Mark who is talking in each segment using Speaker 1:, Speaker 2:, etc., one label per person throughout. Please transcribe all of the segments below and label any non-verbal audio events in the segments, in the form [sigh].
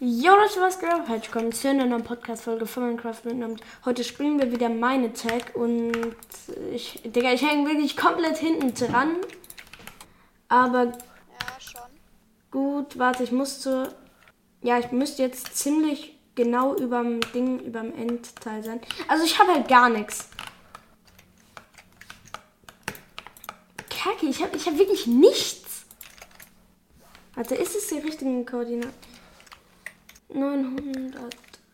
Speaker 1: Jo Leute, was geht ab? Herzlich willkommen zu einer neuen Podcast-Folge von Minecraft mitgenommen. Heute spielen wir wieder meine Tag und ich, Digga, ich hänge wirklich komplett hinten dran. Aber
Speaker 2: Ja, schon.
Speaker 1: gut, warte, ich muss zu, ja, ich müsste jetzt ziemlich genau überm Ding, überm Endteil sein. Also ich habe halt gar nichts. Kacke, ich habe ich hab wirklich nichts. Warte, ist es die richtigen Koordinaten? 900.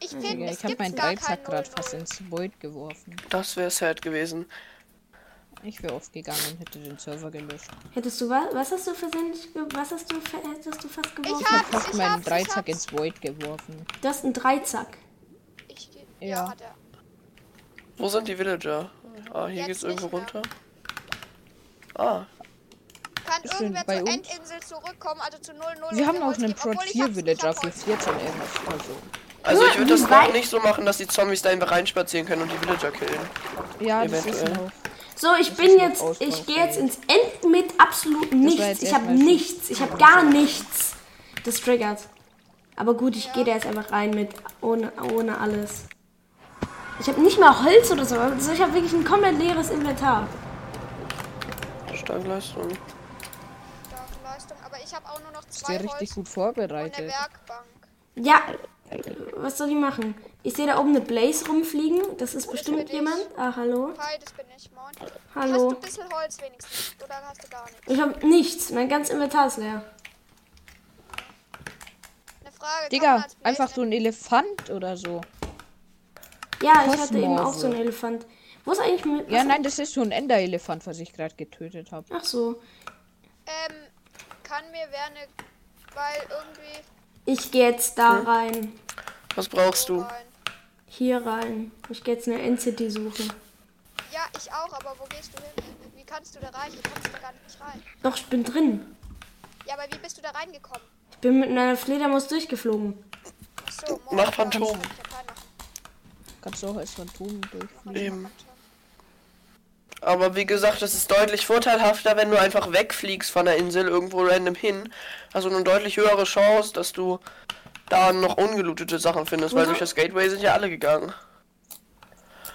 Speaker 2: Ich finde,
Speaker 3: Digga,
Speaker 2: es
Speaker 3: Hm, ich habe
Speaker 2: gibt
Speaker 3: meinen
Speaker 2: gar kein
Speaker 3: Dreizack gerade
Speaker 2: Null-Null.
Speaker 3: fast ins Void geworfen.
Speaker 4: Das wäre sad gewesen.
Speaker 3: Ich wäre aufgegangen und hätte den Server gelöscht.
Speaker 1: Hättest du was? Was hast du versehentlich ge- Was hast du, ver- hättest du fast geworfen?
Speaker 2: hab-
Speaker 3: Ich habe
Speaker 2: Ich
Speaker 3: meinen
Speaker 2: hab's, ich
Speaker 3: Dreizack
Speaker 2: hab's.
Speaker 3: ins Void geworfen.
Speaker 1: Du hast einen Dreizack.
Speaker 2: Ich geh, ja.
Speaker 3: Ja.
Speaker 2: hat er.
Speaker 4: Wo sind die Villager? Ah, hier
Speaker 2: Jetzt
Speaker 4: geht's irgendwo
Speaker 2: nicht mehr.
Speaker 4: runter. Ah,
Speaker 2: Kann
Speaker 3: Ist denn
Speaker 2: irgendwer
Speaker 3: bei
Speaker 2: zur
Speaker 3: uns?
Speaker 2: Endinsel zurückkommen, also zu 00? und
Speaker 3: Wir haben auch
Speaker 2: Holz
Speaker 3: einen
Speaker 2: geben, obwohl
Speaker 3: Prot
Speaker 2: ich
Speaker 3: 4
Speaker 2: hab- ich
Speaker 3: Villager
Speaker 2: hab
Speaker 3: für
Speaker 2: Holz.
Speaker 3: 14 irgendwas. Also.
Speaker 4: also ich würde das
Speaker 1: wie weit-
Speaker 4: noch nicht so machen, dass die Zombies da einfach reinspazieren können und die Villager killen.
Speaker 3: Ja, das ist
Speaker 4: Eventuell.
Speaker 3: noch.
Speaker 1: So, ich bin
Speaker 3: ist noch
Speaker 1: jetzt. Ich gehe jetzt
Speaker 3: ausbaufähig.
Speaker 1: ins End mit absolut nichts.
Speaker 3: jetzt
Speaker 1: Ich habe
Speaker 3: erstmal schon-
Speaker 1: nichts. Ich habe gar nichts. Das triggert. Aber gut, ich gehe da jetzt einfach rein mit. Ohne, ohne alles. Ich habe nicht mal Holz oder so. Also ich habe wirklich ein komplett leeres Inventar.
Speaker 4: Stangleistung.
Speaker 2: Doch, Leistung, aber ich habe auch nur noch
Speaker 3: Ist der
Speaker 2: zwei
Speaker 3: richtig
Speaker 2: Holz
Speaker 3: gut
Speaker 2: und eine
Speaker 3: vorbereitet.
Speaker 2: Werkbank.
Speaker 1: Ja. Was soll ich machen? Ich sehe da oben eine Blaze rumfliegen. Das ist bestimmt
Speaker 2: bin ich.
Speaker 1: jemand. Ah, hallo.
Speaker 2: Hi, das bin ich, moin. Hast
Speaker 1: Hallo.
Speaker 2: du ein bisschen Holz wenigstens? Oder hast du gar nichts?
Speaker 1: Ich habe nichts. Mein ganzes Inventar ist leer.
Speaker 2: Eine Frage. kann man
Speaker 3: Digga,
Speaker 2: als Blaze
Speaker 3: einfach so
Speaker 2: eine-
Speaker 3: ein Elefant oder so.
Speaker 1: Ja, ich hatte eben auch
Speaker 3: Kosmose.
Speaker 1: so einen Elefant. Wo ist eigentlich mit.
Speaker 3: Ja, nein, das ist so ein Enderelefant, was ich gerade getötet habe.
Speaker 1: Ach so.
Speaker 2: Ähm, kann mir wer eine... Weil irgendwie...
Speaker 1: Ich gehe jetzt da rein.
Speaker 4: Was brauchst du?
Speaker 2: Nein.
Speaker 1: Hier rein. Ich gehe jetzt eine End-City suchen.
Speaker 2: Ja, ich auch, aber wo gehst du hin? Wie kannst du da rein? Du kommst da gar nicht rein.
Speaker 1: Doch, ich bin drin.
Speaker 2: Ja, aber wie bist du da reingekommen?
Speaker 1: Ich bin mit einer Fledermaus durchgeflogen.
Speaker 2: Ach so, Mord,
Speaker 4: Mach
Speaker 2: ja,
Speaker 4: Phantom.
Speaker 2: das kann ich ja keinen machen.
Speaker 3: Kannst du auch als Phantom durchfliegen.
Speaker 4: Eben. Aber wie gesagt, es ist deutlich vorteilhafter, wenn du einfach wegfliegst von der Insel irgendwo random hin. Also eine deutlich höhere Chance, dass du da noch ungelootete Sachen findest, weil
Speaker 1: Wieso?
Speaker 4: durch das Gateway sind ja alle gegangen.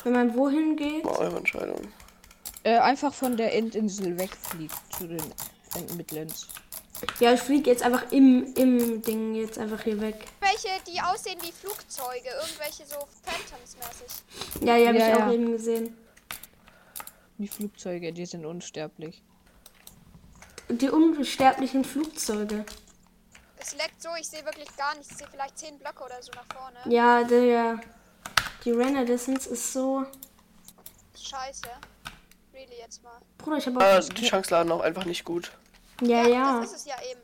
Speaker 1: Wenn man wohin geht.
Speaker 4: War eure Entscheidung.
Speaker 3: Äh, einfach von der Endinsel wegfliegt zu den Endmidlands.
Speaker 1: Ja, ich fliege jetzt einfach im, im Ding jetzt einfach hier weg.
Speaker 2: Welche, die aussehen wie Flugzeuge, irgendwelche so Phantoms-mäßig.
Speaker 1: Ja, die habe
Speaker 3: Ja,
Speaker 1: ich auch
Speaker 3: ja.
Speaker 1: eben gesehen.
Speaker 3: Die Flugzeuge, die sind unsterblich.
Speaker 1: Die unsterblichen Flugzeuge.
Speaker 2: Es leckt so, ich sehe wirklich gar nichts. Ich sehe vielleicht zehn Blöcke oder so nach vorne.
Speaker 1: Ja, der. Die Renaissance ist so.
Speaker 2: Scheiße. Really jetzt mal.
Speaker 1: Bruder, ich habe
Speaker 4: Ah,
Speaker 1: auch.
Speaker 2: Äh,
Speaker 4: die Chunks laden auch einfach nicht gut.
Speaker 1: Ja, ja.
Speaker 2: Das ist es ja eben.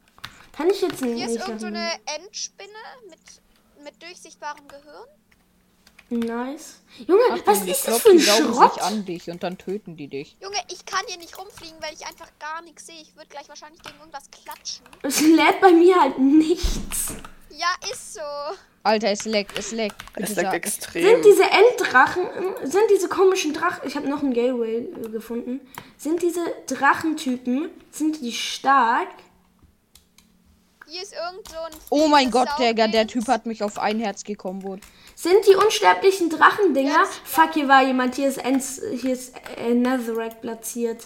Speaker 1: Kann ich jetzt nicht.
Speaker 2: Hier ist
Speaker 1: nicht
Speaker 2: irgend so
Speaker 1: davon-
Speaker 2: eine Endspinne mit, mit durchsichtbarem Gehirn.
Speaker 1: Nice. Junge,
Speaker 3: Achtung,
Speaker 1: was
Speaker 3: ich
Speaker 1: ist
Speaker 3: glaub,
Speaker 1: das für ein
Speaker 3: die saugen
Speaker 1: Schrott?
Speaker 3: sich an dich und dann töten die dich.
Speaker 2: Junge, ich kann hier nicht rumfliegen, weil ich einfach gar nichts sehe. Ich würde gleich wahrscheinlich gegen irgendwas klatschen.
Speaker 1: Es lädt bei mir halt nichts.
Speaker 2: Ja, ist so.
Speaker 3: Alter, es leckt, es leckt.
Speaker 4: Es
Speaker 3: Bitte sag-
Speaker 4: lag
Speaker 1: Sind
Speaker 4: extrem.
Speaker 1: diese Enddrachen, sind diese komischen Drachen, ich habe noch einen Gateway äh, gefunden, sind diese Drachentypen, sind die stark?
Speaker 2: Hier ist irgend so ein.
Speaker 3: Oh mein
Speaker 2: fliegendes
Speaker 3: Gott, Digga, der
Speaker 2: Saugdings.
Speaker 3: Typ hat mich auf ein Herz gekombot.
Speaker 1: Sind die unsterblichen Drachendinger?
Speaker 2: Ja, das ist klar.
Speaker 1: Fuck, hier war jemand, hier ist, Ends, hier ist äh, Netherrack platziert.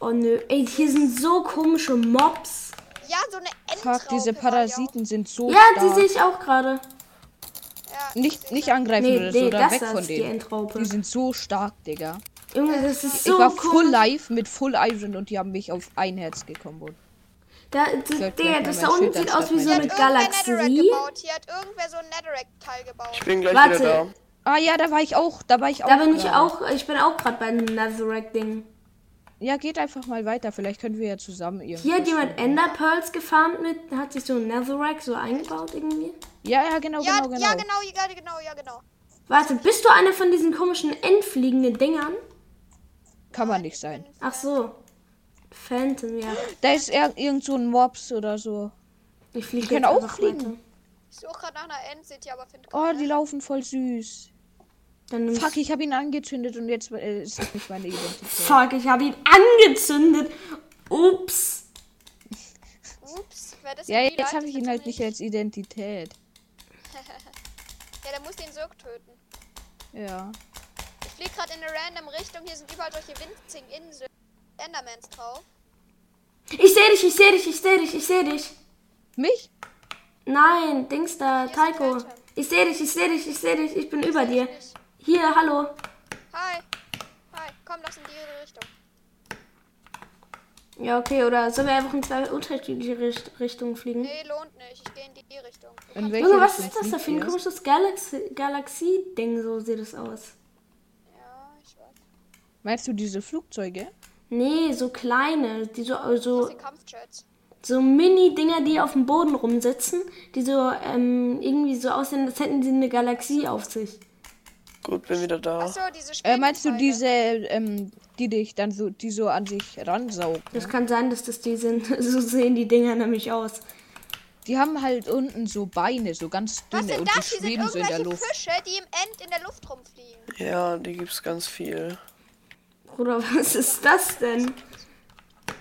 Speaker 1: Oh nö, ey, hier sind so komische Mobs.
Speaker 2: Ja, so eine Endraupe.
Speaker 3: Fuck, diese Parasiten sind so
Speaker 1: Ja, die
Speaker 3: stark.
Speaker 1: sehe ich auch gerade.
Speaker 2: Ja,
Speaker 3: nicht, nicht angreifen
Speaker 1: Nee,
Speaker 3: oder
Speaker 1: nee,
Speaker 3: so, oder
Speaker 1: das
Speaker 3: weg
Speaker 1: ist
Speaker 3: von
Speaker 1: die
Speaker 3: denen.
Speaker 1: Endraupe.
Speaker 3: Die sind so stark, Digga.
Speaker 1: Junge, das ist
Speaker 3: ich
Speaker 1: so
Speaker 3: war
Speaker 1: komisch.
Speaker 3: full live mit full Iron und die haben mich auf ein Herz gekombot.
Speaker 1: Da, das,
Speaker 3: gleich
Speaker 1: Digga,
Speaker 3: mal
Speaker 1: das
Speaker 3: mein
Speaker 1: da unten
Speaker 3: Schild
Speaker 1: sieht aus wie
Speaker 3: anstatt
Speaker 1: so
Speaker 3: meines.
Speaker 1: eine
Speaker 2: Hier hat irgendwer Netherrack
Speaker 1: Galaxie.
Speaker 2: gebaut. Hier hat irgendwer so ein Netherrack-Teil
Speaker 4: Ich
Speaker 2: gebaut.
Speaker 4: bin gleich
Speaker 1: Warte.
Speaker 4: wieder da.
Speaker 3: Ah ja, da war ich auch, da war ich auch.
Speaker 1: Da bin ich
Speaker 3: gerade.
Speaker 1: auch, ich bin auch gerade bei einem Netherrack-Ding.
Speaker 3: Ja, geht einfach mal weiter, vielleicht können wir ja zusammen irgendwie.
Speaker 1: Hier hat jemand Ender Pearls gefarmt mit, hat sich so ein Netherrack so eingebaut irgendwie.
Speaker 3: Ja, ja, genau,
Speaker 2: Ja,
Speaker 3: genau, genau.
Speaker 2: ja, genau, ja, genau, ja, genau.
Speaker 1: Warte, bist du einer von diesen komischen endfliegenden Dingern?
Speaker 3: Kann man nicht sein.
Speaker 1: Ach so. Phantom, ja.
Speaker 3: Da ist ir irgend so ein Mops oder so.
Speaker 1: Ich fliege
Speaker 3: Die können
Speaker 1: jetzt
Speaker 3: auch
Speaker 1: einfach
Speaker 3: fliegen.
Speaker 1: weiter.
Speaker 2: Ich suche gerade nach einer End-City, aber finde
Speaker 3: Oh,
Speaker 2: keine.
Speaker 3: die laufen voll süß.
Speaker 1: Dann nimmst
Speaker 3: Fuck, ich habe ihn angezündet und jetzt äh, ist das nicht meine Identität.
Speaker 1: Fuck, ich habe ihn angezündet. Ups.
Speaker 2: Ups, weil das
Speaker 3: Ja,
Speaker 2: sind die
Speaker 3: jetzt
Speaker 2: Leute,
Speaker 3: habe ich ihn halt nicht als Identität.
Speaker 2: Ja, der muss den Sirk töten.
Speaker 3: Ja.
Speaker 2: Ich fliege gerade in eine random Richtung. Hier sind überall solche winzigen Inseln. Endermans drauf.
Speaker 1: Ich sehe dich, ich sehe dich, ich sehe dich, ich sehe dich.
Speaker 3: Mich?
Speaker 1: Nein, Dings da,
Speaker 2: ist
Speaker 1: Taiko.
Speaker 2: ein Fälscher.
Speaker 1: Ich sehe dich, ich sehe dich, ich sehe dich, ich bin über dir.
Speaker 2: Ich-
Speaker 1: Hier, hallo.
Speaker 2: Hi. Hi. Komm, lass in die Richtung.
Speaker 1: Ja, okay, oder sollen wir einfach in zwei unterschiedliche Richt Richtungen fliegen?
Speaker 2: Nee, lohnt nicht. Ich gehe in die Richtung. Du
Speaker 3: In
Speaker 2: kannst-
Speaker 3: welche
Speaker 1: Junge, was
Speaker 3: Richtung
Speaker 1: ist das da für ein
Speaker 3: fliegt ihr?
Speaker 1: komisches Galaxie- Galaxie-Ding? So sieht es aus.
Speaker 2: Ja, ich weiß.
Speaker 3: Meinst du diese Flugzeuge? Äh,
Speaker 1: Nee, so kleine, die so,
Speaker 2: Das
Speaker 1: so,
Speaker 2: sind Kampfjets.
Speaker 1: so Mini-Dinger, die auf dem Boden rumsitzen, die so ähm, irgendwie so aussehen, als hätten sie eine Galaxie auf sich.
Speaker 4: Gut, bin wieder da.
Speaker 2: Achso, diese
Speaker 3: Äh, meinst du
Speaker 2: Spinnenteile.
Speaker 3: diese, ähm, die dich dann so, die so an sich ransaugen?
Speaker 1: Das kann sein, dass das die sind. [laughs] So sehen die Dinger nämlich aus.
Speaker 3: Die haben halt unten so Beine, so ganz
Speaker 2: Was
Speaker 3: dünne
Speaker 2: sind
Speaker 3: und die
Speaker 2: das? Hier sind
Speaker 3: schweben so in der
Speaker 2: irgendwelche
Speaker 3: Luft.
Speaker 2: Fische, die im End in der Luft rumfliegen.
Speaker 4: Ja, die gibt's ganz viel.
Speaker 1: Bruder, [laughs] was ist das denn?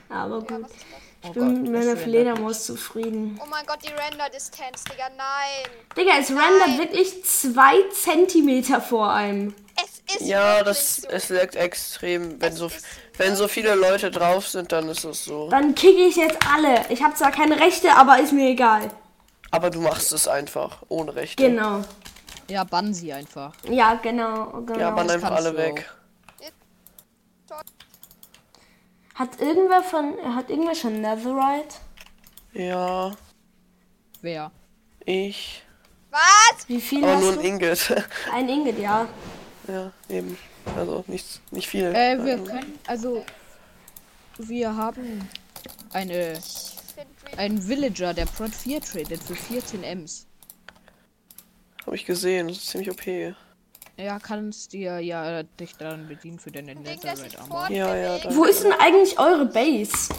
Speaker 1: Aber
Speaker 2: Ja,
Speaker 1: gut.
Speaker 2: was ist das?
Speaker 1: Ich
Speaker 3: Oh
Speaker 1: bin
Speaker 3: Gott,
Speaker 1: mit
Speaker 3: das
Speaker 1: meiner
Speaker 3: wäre
Speaker 1: Fledermaus zufrieden.
Speaker 2: Oh mein Gott, die Render-Distanz, Digga, nein.
Speaker 1: Digga, es rendert wirklich zwei Zentimeter vor einem.
Speaker 2: Es ist
Speaker 4: Ja,
Speaker 2: wirklich
Speaker 4: das
Speaker 2: so.
Speaker 4: es leckt extrem. Wenn
Speaker 2: Es
Speaker 4: so
Speaker 2: ist
Speaker 4: wenn so viele Leute drauf sind, dann ist es so.
Speaker 1: Dann kicke ich jetzt alle. Ich habe zwar keine Rechte, aber ist mir egal.
Speaker 4: Aber du machst es einfach ohne Rechte.
Speaker 1: Genau.
Speaker 3: Ja, bann sie einfach.
Speaker 1: Ja, genau. genau.
Speaker 4: Ja, man
Speaker 3: Das
Speaker 4: einfach
Speaker 3: kannst
Speaker 4: alle
Speaker 3: du
Speaker 4: weg.
Speaker 1: Hat irgendwer von. Hat irgendwer schon Netherite?
Speaker 4: Ja,
Speaker 3: Wer?
Speaker 4: ich.
Speaker 2: Was?
Speaker 1: Wie viel
Speaker 4: Aber
Speaker 1: hast
Speaker 4: nur
Speaker 1: du?
Speaker 4: ein Ingot.
Speaker 1: Ein Ingot, ja.
Speaker 4: [laughs] ja, eben. Also nichts, nicht viel.
Speaker 3: Äh, wir können, also, wir haben eine,
Speaker 2: Ich find Re-
Speaker 3: einen Villager, der Prod 4 tradet für 14 Ms.
Speaker 4: Hab ich gesehen. Das ist ziemlich OP.
Speaker 3: Ja, kannst dir ja dich daran bedienen für deine
Speaker 2: ein Ding, das
Speaker 3: Netherite
Speaker 2: sich
Speaker 3: halt Armor.
Speaker 4: Ja, ja,
Speaker 2: fortbewegt.
Speaker 4: danke.
Speaker 1: Wo ist denn eigentlich eure Base?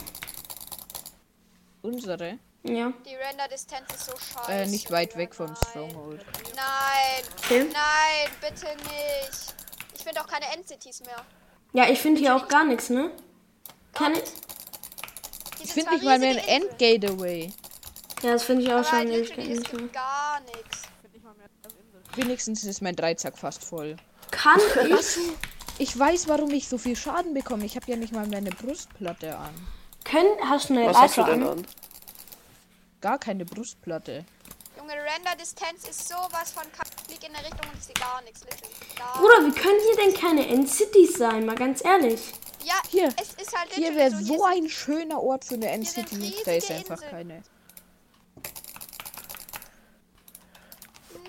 Speaker 3: Unsere?
Speaker 1: Ja.
Speaker 2: Die Render-Distanz ist so scheiße.
Speaker 3: Äh, nicht weit
Speaker 2: Digga,
Speaker 3: weg vom
Speaker 2: nein.
Speaker 3: Stronghold.
Speaker 2: Nein,
Speaker 1: Okay.
Speaker 2: nein, bitte nicht. Ich finde auch keine End-Cities mehr.
Speaker 1: Ja, ich finde hier auch gar nichts, ne? Kann ich?
Speaker 3: Ich finde nicht mal mehr ein Endgateway.
Speaker 1: Ja, das finde ich auch
Speaker 2: Aber
Speaker 1: schon.
Speaker 2: literally,
Speaker 1: Ich
Speaker 2: es gibt gar nichts.
Speaker 3: Wenigstens ist mein Dreizack fast voll.
Speaker 4: [laughs]
Speaker 1: kann ich.
Speaker 3: Ich weiß, warum ich so viel Schaden bekomme. Ich habe ja nicht mal meine Brustplatte an.
Speaker 1: Können, hast du eine
Speaker 4: Was hast du
Speaker 1: Leiter
Speaker 4: denn
Speaker 1: an?
Speaker 4: an?
Speaker 3: Gar keine Brustplatte.
Speaker 2: Junge, Render-Distanz ist sowas von kack. Ich flieg in der Richtung und ich sehe gar nichts. Literally, gar
Speaker 1: Bruder, wie können hier denn keine End-Cities sein? Mal ganz ehrlich.
Speaker 2: Ja,
Speaker 3: Hier.
Speaker 2: es ist halt
Speaker 3: Hier
Speaker 2: literally
Speaker 3: wäre so
Speaker 2: hier
Speaker 3: ein schöner Ort für eine
Speaker 2: sind
Speaker 3: NCT.
Speaker 2: riesige
Speaker 3: Da ist einfach
Speaker 2: Inseln.
Speaker 3: keine.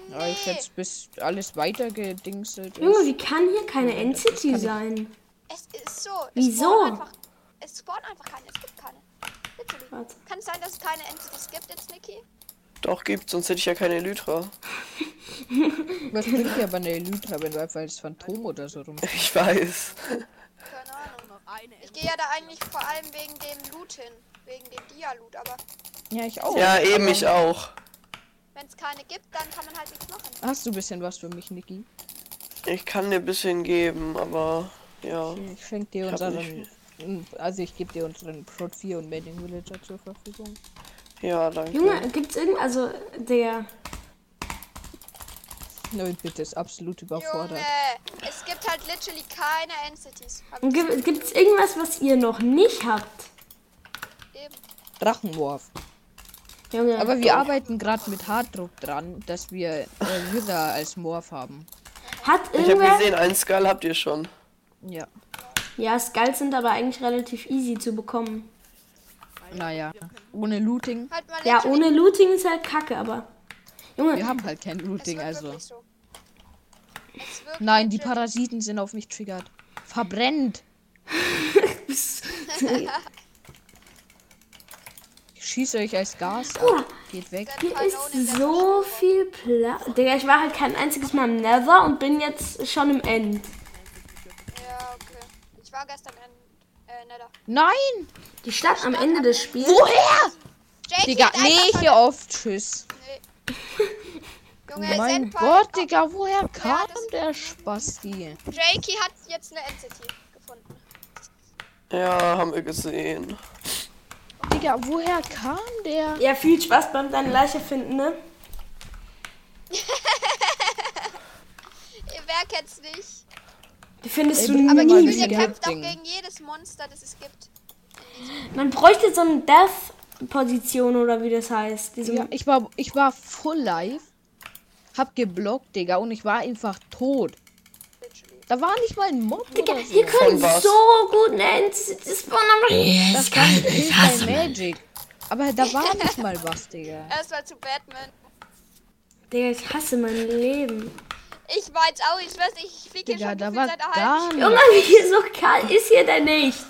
Speaker 2: ist-
Speaker 3: Aber ich jetzt bis alles weitergedingselt
Speaker 1: Junge,
Speaker 3: ist.
Speaker 1: wie kann hier keine End-City
Speaker 3: kann ich-
Speaker 1: sein?
Speaker 2: Es ist so. es
Speaker 1: Wieso?
Speaker 2: spawnen Einfach, es spawnen einfach keine. Es gibt keine. Literally.
Speaker 1: Warte.
Speaker 2: Kann es sein, dass es keine Entities gibt jetzt, Niki?
Speaker 4: Doch gibt's, sonst hätte ich ja keine Elytra.
Speaker 3: Was bringt dir aber eine Elytra, wenn du einfach als Phantom oder so rum.
Speaker 4: [laughs] Ich weiß.
Speaker 2: Keine Ahnung. Ich gehe ja da eigentlich vor allem wegen dem Loot hin. Wegen dem Dia-Loot. Aber
Speaker 3: Ja, ich auch.
Speaker 4: Ja, eben
Speaker 3: Oh, Aber
Speaker 4: ich auch.
Speaker 2: wenn es keine gibt, dann kann man halt nichts machen.
Speaker 3: Hast du ein bisschen was für mich, Niki?
Speaker 4: Ich kann dir ein bisschen geben, aber ja.
Speaker 3: Ich schenk dir
Speaker 4: Ich hab
Speaker 3: unseren. Also ich gebe dir unseren Prod 4 und Made in Villager zur Verfügung.
Speaker 4: Ja, danke.
Speaker 1: Junge, gibt's irgend. Also, der.
Speaker 3: Nein, bitte, ist absolut überfordert.
Speaker 2: Junge, es gibt halt literally keine Entities. Hab ich
Speaker 1: Gibt, gibt's irgendwas, was ihr noch nicht habt?
Speaker 2: eben.
Speaker 3: Drachenwurf.
Speaker 1: Junge.
Speaker 3: Aber wir arbeiten gerade mit Harddruck dran, dass wir äh, Wither als Morph haben.
Speaker 1: hat
Speaker 4: Ich habe
Speaker 1: irgendwer.
Speaker 4: gesehen, einen Skull habt ihr schon.
Speaker 3: Ja.
Speaker 1: Ja, Skulls sind aber eigentlich relativ easy zu bekommen.
Speaker 3: Naja. Ohne Looting.
Speaker 2: Halt mal
Speaker 1: Ja,
Speaker 2: literally-
Speaker 1: ohne Looting ist halt kacke, aber.
Speaker 3: Wir
Speaker 1: Junge,
Speaker 3: haben halt kein
Speaker 2: Es
Speaker 3: Looting,
Speaker 2: wirkt
Speaker 3: also.
Speaker 2: wirklich so. Es wirkt
Speaker 3: Nein, die
Speaker 2: legit-
Speaker 3: Parasiten sind auf mich triggert. Verbrennt!
Speaker 1: [laughs]
Speaker 3: Ich schieße euch als Gas ab. Geht weg.
Speaker 2: Dann
Speaker 1: hier
Speaker 2: Pylon in
Speaker 1: ist
Speaker 2: der
Speaker 1: so
Speaker 2: Verschwörung.
Speaker 1: viel Platz. Digga, ich war halt kein einziges Mal im Nether und bin jetzt schon im End.
Speaker 2: Ja, okay. Ich war gestern in äh, Nether.
Speaker 3: Nein!
Speaker 1: Die Stadt am Ende des Spiels.
Speaker 3: Woher?
Speaker 2: Jake
Speaker 3: Digga,
Speaker 2: hat einfach
Speaker 3: nee,
Speaker 2: von-
Speaker 3: hier auf. Tschüss.
Speaker 2: Junge,
Speaker 3: Mein
Speaker 2: Senpai-
Speaker 3: Gott, Digga,
Speaker 2: Äh,
Speaker 3: woher
Speaker 2: Ja,
Speaker 3: kam
Speaker 2: das-
Speaker 3: der Spasti?
Speaker 2: Jakey hat jetzt eine Entity gefunden.
Speaker 4: Ja, haben wir gesehen.
Speaker 3: Digga, woher kam der?
Speaker 1: Ja, viel Spaß beim deine Leiche finden, ne?
Speaker 2: Wer kennt's nicht?
Speaker 1: Die findest du
Speaker 3: Ey, aber
Speaker 2: Aber
Speaker 1: nie
Speaker 3: Niemand
Speaker 2: Julia
Speaker 3: kennt
Speaker 1: wieder.
Speaker 2: kämpft auch
Speaker 3: Ding.
Speaker 2: gegen jedes Monster, das es gibt.
Speaker 1: Man bräuchte so eine Death-Position oder wie das heißt. Diese
Speaker 3: Ja, ich war, ich war full live, hab geblockt, Digga, und ich war einfach tot. Da war nicht mal ein Mob
Speaker 1: Digga,
Speaker 3: oder so.
Speaker 1: ihr könnt
Speaker 4: Von was?
Speaker 1: so gut Nancy spawnen.
Speaker 3: Das kann ich bei Magic. Aber da war nicht mal was, Digga.
Speaker 2: Erstmal zu Batman.
Speaker 1: Digga, ich hasse mein Leben.
Speaker 2: Ich war jetzt auch, ich weiß nicht, ich fliege hier
Speaker 3: Digga,
Speaker 2: schon
Speaker 3: da
Speaker 2: gefühlt
Speaker 3: war
Speaker 2: seit einer halben
Speaker 3: gar
Speaker 1: Junge,
Speaker 3: nichts.
Speaker 1: wie hier so kalt ist hier denn nichts?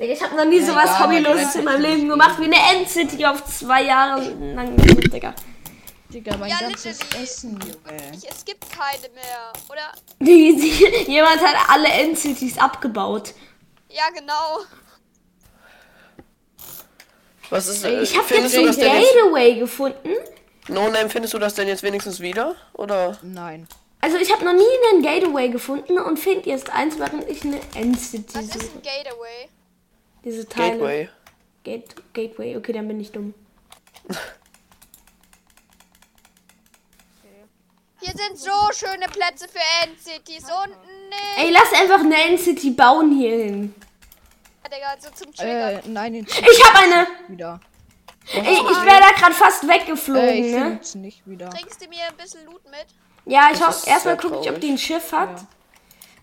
Speaker 1: Digga, ich hab noch nie sowas
Speaker 3: egal,
Speaker 1: Hobbyloses
Speaker 3: Alter.
Speaker 1: in meinem Leben gemacht wie eine End-City die auf zwei Jahre lang gesucht, Digga.
Speaker 3: Digga, mein
Speaker 2: Ja,
Speaker 3: ganzes
Speaker 2: literally.
Speaker 3: Essen, Junge.
Speaker 2: Stunde. Es gibt keine mehr, oder?
Speaker 1: Die, die, jemand hat alle End-Cities abgebaut.
Speaker 2: Ja, genau.
Speaker 4: Was ist äh,
Speaker 1: Ich hab jetzt
Speaker 4: findest du
Speaker 1: den
Speaker 4: das denn jetzt?
Speaker 1: Gateway gefunden.
Speaker 4: No Name, findest du das denn jetzt wenigstens wieder? Oder?
Speaker 3: Nein.
Speaker 1: Also ich habe noch nie einen Gateway gefunden und finde jetzt eins, während ich eine End-City
Speaker 2: Was ist
Speaker 1: suche.
Speaker 2: ein Gateway?
Speaker 1: Diese Teile.
Speaker 4: Gateway.
Speaker 1: Gate, Gateway, okay, dann bin ich dumm.
Speaker 2: Hier sind so schöne Plätze für Endcities unten. Nee.
Speaker 1: Ey, lass einfach eine End-City bauen hier hin.
Speaker 2: Digga, so zum Trigger.
Speaker 3: Äh, nein, den zieh
Speaker 1: Ich Oh habe eine.
Speaker 3: ich wieder.
Speaker 1: Ey, ich wäre da gerade fast weggeflogen,
Speaker 3: Äh, ich
Speaker 1: ne?
Speaker 3: find's nicht wieder.
Speaker 2: Bringst du mir ein bisschen Loot mit?
Speaker 1: Ja, ich
Speaker 4: Das
Speaker 1: hoffe,
Speaker 4: ist
Speaker 1: erstmal
Speaker 4: sehr
Speaker 1: gucke ich, ob
Speaker 4: traurig.
Speaker 1: die ein Schiff hat.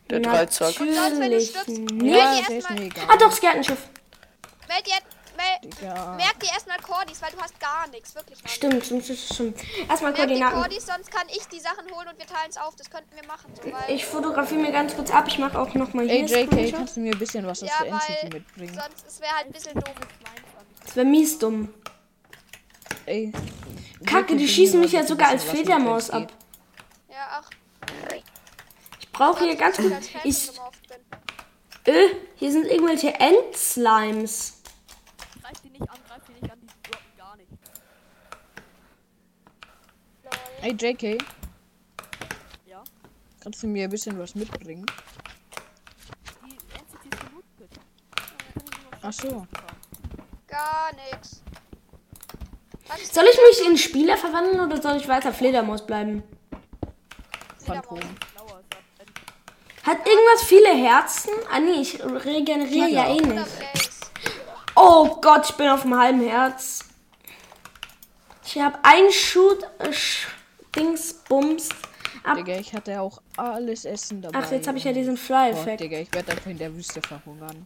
Speaker 4: Der Dreizack.
Speaker 1: Natürlich
Speaker 2: Sonst, wenn du stirbst,
Speaker 1: nicht.
Speaker 3: Ja,
Speaker 2: meld dir
Speaker 3: der ist mir
Speaker 2: erstmal.
Speaker 1: Ah
Speaker 3: egal.
Speaker 1: doch, es gibt ein Schiff.
Speaker 2: Meld dir, meld,
Speaker 3: Digga.
Speaker 2: merk dir erstmal Cordis, weil du hast gar nichts, wirklich. Mann.
Speaker 1: Stimmt, stimmt, stimmt, stimmt. Erstmal
Speaker 2: Merk dir
Speaker 1: Koordinaten.
Speaker 2: Cordis, sonst kann ich die Sachen holen und wir teilen es auf. Das könnten wir machen. So, weil,
Speaker 1: Ich fotografiere mir ganz kurz ab. Ich mache auch nochmal
Speaker 3: Ey,
Speaker 1: hier
Speaker 3: JK,
Speaker 1: Screenshot.
Speaker 3: kannst du mir ein bisschen was aus
Speaker 2: ja,
Speaker 3: der Endcity
Speaker 2: weil
Speaker 3: mitbringen?
Speaker 2: sonst es wäre halt ein bisschen doof.
Speaker 1: Das wäre mies dumm.
Speaker 3: Ey,
Speaker 1: Kacke, die
Speaker 3: bring
Speaker 1: schießen
Speaker 3: mir
Speaker 1: mich
Speaker 3: mal
Speaker 1: ja
Speaker 3: bitte
Speaker 1: sogar
Speaker 3: ein
Speaker 1: als
Speaker 3: bisschen was mit
Speaker 1: Fledermaus
Speaker 3: Whisky.
Speaker 1: ab.
Speaker 2: Ja, ach.
Speaker 1: Ich brauche hier
Speaker 2: Ich
Speaker 1: ganz kurz...
Speaker 2: als Fan
Speaker 1: Ich,
Speaker 2: gemorpht bin.
Speaker 1: äh, hier sind irgendwelche Endslimes.
Speaker 5: Greif die nicht an, greif die nicht an, die droppen gar nicht.
Speaker 3: Ey, JK.
Speaker 5: Ja?
Speaker 3: Kannst du mir ein bisschen was mitbringen?
Speaker 5: Die Entity ist genug bitte.
Speaker 3: Ach so.
Speaker 2: Gar nichts. Was ist
Speaker 1: Soll ich mich in Spieler verwandeln oder soll ich weiter Fledermaus bleiben?
Speaker 3: Phantom.
Speaker 5: Blauer ist ab.
Speaker 1: Hat irgendwas viele Herzen? Ah nee, ich regeneriere ja eh
Speaker 2: Oder
Speaker 1: nicht.
Speaker 2: Blaze?
Speaker 1: Oh Gott, ich bin auf einem halben Herz. Ich habe ein Shoot äh, Sch- Dings Bums. Ab
Speaker 3: Digga, ich hatte auch alles Essen dabei.
Speaker 1: Ach, jetzt habe ich ja
Speaker 3: Junge.
Speaker 1: diesen
Speaker 3: Gott,
Speaker 1: Fly-Effekt.
Speaker 3: Digga, ich werde einfach in der Wüste verhungern.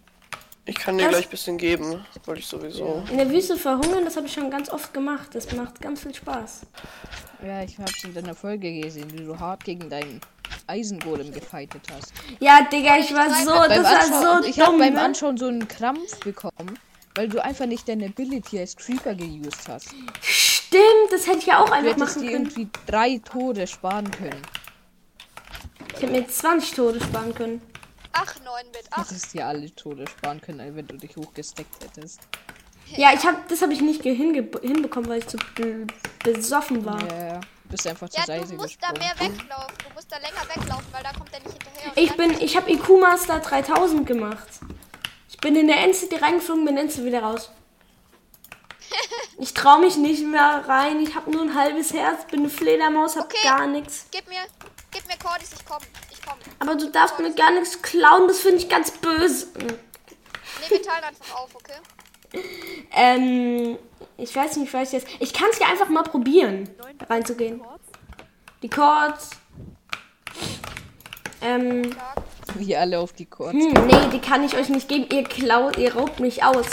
Speaker 4: Ich kann dir
Speaker 1: Das-
Speaker 4: gleich ein bisschen geben. Wollte ich sowieso.
Speaker 1: In der Wüste verhungern, das habe ich schon ganz oft gemacht. Das macht ganz viel Spaß.
Speaker 3: Ja, ich hab's in deiner Folge gesehen, wie du hart gegen deinen Eisengolem gefeitet hast.
Speaker 1: Ja, Digga, ich war so,
Speaker 3: Beim
Speaker 1: das war
Speaker 3: Anschauen-
Speaker 1: so
Speaker 3: ich
Speaker 1: dumm.
Speaker 3: habe beim
Speaker 1: ne?
Speaker 3: Anschauen so einen Krampf bekommen, weil du einfach nicht deine Ability als Creeper geused hast.
Speaker 1: Stimmt, das hätte ich ja auch
Speaker 3: Du
Speaker 1: einfach
Speaker 3: hättest
Speaker 1: machen
Speaker 3: dir
Speaker 1: können.
Speaker 3: irgendwie drei Tode sparen können.
Speaker 1: Ich hätte mir 20 Tode sparen können.
Speaker 2: Ach, 9 mit. Ach,
Speaker 3: Hättest dir alle Tode sparen können, wenn du dich hochgesteckt hättest.
Speaker 1: Ja, ich hab, das habe ich nicht hinge- hinbekommen, weil ich zu be- besoffen war.
Speaker 3: Ja, ja. Du bist einfach zur
Speaker 2: ja, du
Speaker 3: Seite
Speaker 2: musst da
Speaker 3: gesprungen.
Speaker 2: mehr
Speaker 3: [laughs]
Speaker 2: weglaufen. Du musst da länger weglaufen, weil da kommt er nicht hinterher. Und
Speaker 1: Ich
Speaker 2: dann-
Speaker 1: bin, ich habe IQ Master 3000 gemacht. Ich bin in der Endzeit reingeflogen, bin Endzeit wieder raus. Ich traue mich nicht mehr rein. Ich habe nur ein halbes Herz, bin eine Fledermaus, hab
Speaker 2: Okay.
Speaker 1: gar nichts.
Speaker 2: Gib mir, gib mir Cordis, ich komm. Ich komm.
Speaker 1: Aber du darfst mir gar nichts klauen, das finde ich ganz böse.
Speaker 2: Nee, wir teilen einfach auf, okay?
Speaker 1: Ähm, ich weiß nicht, was ich jetzt. Ich kann es ja einfach mal probieren, reinzugehen. Die Chords. Ähm,
Speaker 3: Wir alle auf die Kurz.
Speaker 1: hm, nee, die kann ich euch nicht geben. Ihr klaut, ihr raubt mich aus.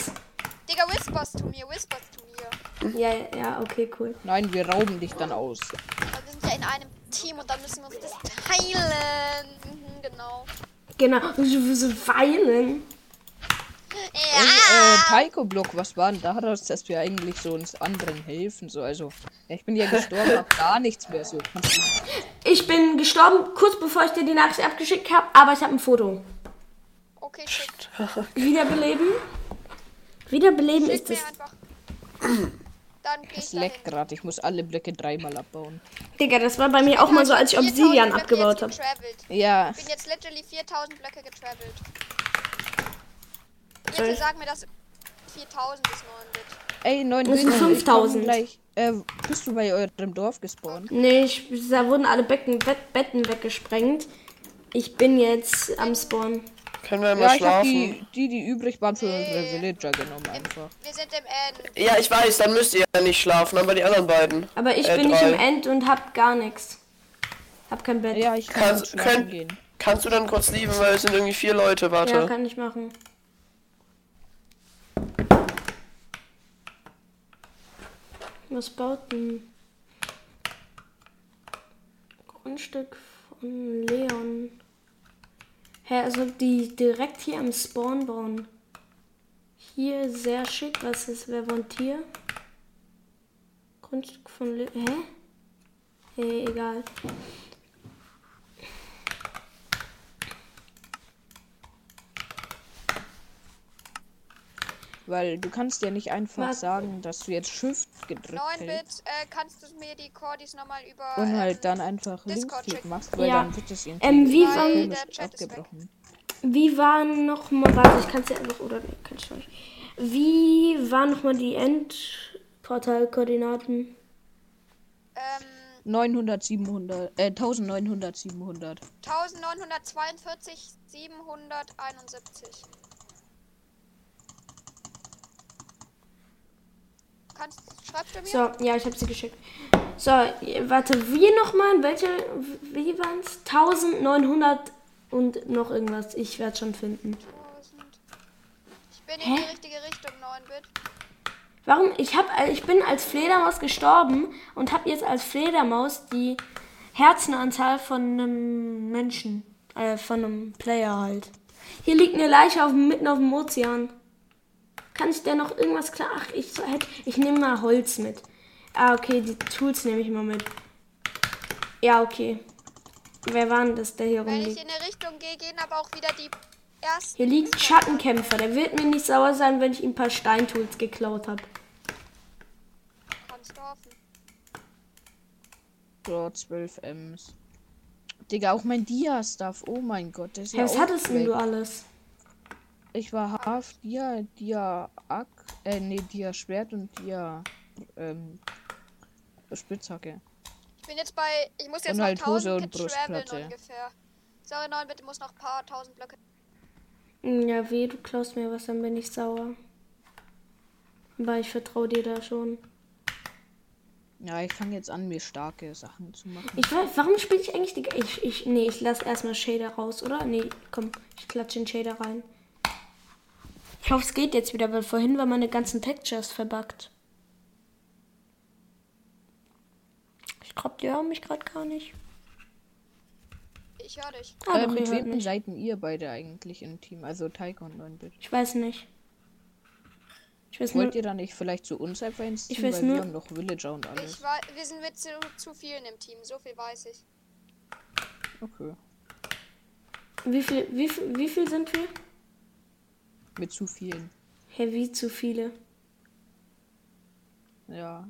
Speaker 2: Digga, whispers zu mir, whispers zu mir.
Speaker 1: Ja, ja, okay, cool.
Speaker 3: Nein, wir rauben dich dann aus.
Speaker 2: Aber Also wir sind ja in einem Team und dann müssen wir uns das teilen. Mhm, genau.
Speaker 1: Genau, so weilen.
Speaker 3: Ey,
Speaker 2: Ja,
Speaker 3: äh, Taiko Block, was war denn daraus, dass wir eigentlich so uns anderen helfen? So, also, ja, ich bin ja gestorben, hab gar nichts mehr. So, kannst du
Speaker 1: Ich bin gestorben, kurz bevor ich dir die Nachricht abgeschickt habe, aber ich habe ein Foto.
Speaker 2: okay, schick.
Speaker 1: Wiederbeleben. Wiederbeleben
Speaker 2: Schick
Speaker 1: ist
Speaker 2: mir
Speaker 1: es.
Speaker 2: einfach. Dann geh ich
Speaker 3: es leckt
Speaker 2: dahin.
Speaker 3: gerade, ich muss alle Blöcke dreimal abbauen.
Speaker 1: Digga, das war bei mir auch mal so, als ich
Speaker 2: 4000
Speaker 1: Obsidian
Speaker 2: Blöcke
Speaker 1: abgebaut habe.
Speaker 2: jetzt getravelt.
Speaker 3: Ja,
Speaker 2: Ich bin jetzt literally 4000 Blöcke getravelt.
Speaker 1: Soll
Speaker 2: Bitte
Speaker 1: ich-
Speaker 2: sag mir, dass 4000 bis 9 Bit.
Speaker 3: Ey, 9
Speaker 1: Das sind
Speaker 3: Bit, ich komm
Speaker 1: 5000.
Speaker 3: Gleich, äh, bist du bei eurem Dorf gespawnt?
Speaker 1: Nee, ich, da wurden alle Becken, Bet, Betten weggesprengt. Ich bin jetzt am Spawn.
Speaker 4: Können wir mal
Speaker 3: Ja, ich hab
Speaker 4: schlafen?
Speaker 3: die, die, die übrig waren für unsere Villager genommen einfach.
Speaker 2: Wir sind im End.
Speaker 4: Ja, ich weiß, dann müsst ihr ja nicht schlafen, aber die anderen beiden.
Speaker 1: Aber ich
Speaker 4: Äh,
Speaker 1: bin nicht im
Speaker 4: drei.
Speaker 1: End und hab gar nichts. Hab kein Bett.
Speaker 3: Ja, ich kann
Speaker 4: Kannst,
Speaker 3: nicht schlafen
Speaker 4: könnt,
Speaker 3: gehen.
Speaker 4: kannst du dann kurz lieben, weil es sind irgendwie vier Leute, warte.
Speaker 1: ja kann ich machen. Was baut denn? Grundstück von Leon. Hä, also die direkt hier am Spawn bauen. Hier sehr schick. Was ist, wer wohnt hier? Grundstück von Leon. Hä? Hey, egal.
Speaker 3: Weil du kannst ja nicht einfach
Speaker 1: Was?
Speaker 3: sagen, dass du jetzt Shift gedrückt
Speaker 2: 9
Speaker 3: hältst
Speaker 2: Bit, äh, kannst du mir die Cordis nochmal über.
Speaker 3: und
Speaker 2: ähm,
Speaker 3: halt dann einfach
Speaker 2: Discord
Speaker 3: Linksklick
Speaker 2: schicken.
Speaker 3: machst, weil
Speaker 1: Ja.
Speaker 3: dann wird es irgendwie
Speaker 1: Ähm, wie
Speaker 2: Weil
Speaker 1: waren,
Speaker 2: der
Speaker 3: komisch
Speaker 2: Chat ist weg.
Speaker 3: abgebrochen.
Speaker 1: Wie war noch mal, warte, ich kann es ja einfach, oder nee, kann ich nicht. Wie waren noch mal die Endportalkoordinaten?
Speaker 2: Ähm,
Speaker 3: 900, 700, äh, 1900, 700.
Speaker 2: 1942, 771. Kannst, schreibst du mir?
Speaker 1: So, ja, ich habe sie geschickt. So, warte, wie noch mal, welche, wie waren's? 1900 und noch irgendwas. Ich werde schon finden.
Speaker 2: 1000. Ich bin in die richtige Richtung, 9 Bit.
Speaker 1: Warum? Ich hab, äh, ich bin als Fledermaus gestorben und habe jetzt als Fledermaus die Herzenanzahl von einem Menschen, äh, von einem Player halt. Hier liegt eine Leiche auf, dem- mitten auf dem Ozean. Kann ich da noch irgendwas klar? Ach, ich hätte, ich nehme mal Holz mit. Ah, okay, die Tools nehme ich mal mit. Ja, okay. Wer war denn das, der hier
Speaker 2: Wenn ich
Speaker 1: rumliegt?
Speaker 2: in eine Richtung gehe, gehen aber auch wieder die ersten.
Speaker 1: Hier liegt Schattenkämpfer. Der wird mir nicht sauer sein, wenn ich ihm ein paar Steintools geklaut habe.
Speaker 2: Kannst du hoffen.
Speaker 3: So, 12 Ms. Digga, auch mein Dia-Stuff. Oh mein Gott, das ist
Speaker 1: Hey,
Speaker 3: ja
Speaker 1: was
Speaker 3: auch
Speaker 1: hattest denn
Speaker 3: weg.
Speaker 1: du alles?
Speaker 3: Ich war Haft, Dia, Dia, Ack, äh, nee, Dia Schwert und Dia, ähm, Spitzhacke.
Speaker 2: Ich bin jetzt bei. Ich muss jetzt
Speaker 3: Und
Speaker 2: noch
Speaker 3: halt Hose
Speaker 2: 1000
Speaker 3: und
Speaker 2: Kids traveln
Speaker 3: Brustplatte.
Speaker 2: ungefähr. Sorry, 9 Bit, ich muss noch ein paar tausend Blöcke.
Speaker 1: Mm, Ja, weh, du klaust mir was, dann bin ich sauer. Aber ich vertraue dir da schon.
Speaker 3: Ja, ich fange jetzt an, mir starke Sachen zu machen.
Speaker 1: Ich weiß, warum spiele ich eigentlich die. Ich, ich, nee, ich lasse erstmal Shader raus, oder? Nee, komm, ich klatsche den Shader rein. Ich hoffe, es geht jetzt wieder, weil vorhin waren meine ganzen Textures verbuggt. Ich glaube, die hören mich gerade gar nicht.
Speaker 2: Ich höre dich.
Speaker 1: Ah,
Speaker 3: äh,
Speaker 1: doch,
Speaker 3: mit
Speaker 1: ihr hört
Speaker 3: wem
Speaker 1: mich.
Speaker 3: seid denn ihr beide eigentlich im Team? Also Taiko und 9-Bit.
Speaker 1: Ich weiß nicht. Ich weiß nur.
Speaker 3: Wollt ihr da nicht vielleicht zu uns einfach ins
Speaker 1: Ich
Speaker 3: Team?
Speaker 1: weiß
Speaker 3: weil
Speaker 1: nur-
Speaker 3: wir haben noch Villager und
Speaker 2: Ich
Speaker 3: alles.
Speaker 2: war, wir sind mit zu, zu vielen im Team, so viel weiß ich.
Speaker 3: Okay.
Speaker 1: Wie viel, wie, viel, wie viel sind wir?
Speaker 3: Mit zu vielen.
Speaker 1: Hä, wie zu viele?
Speaker 3: Ja.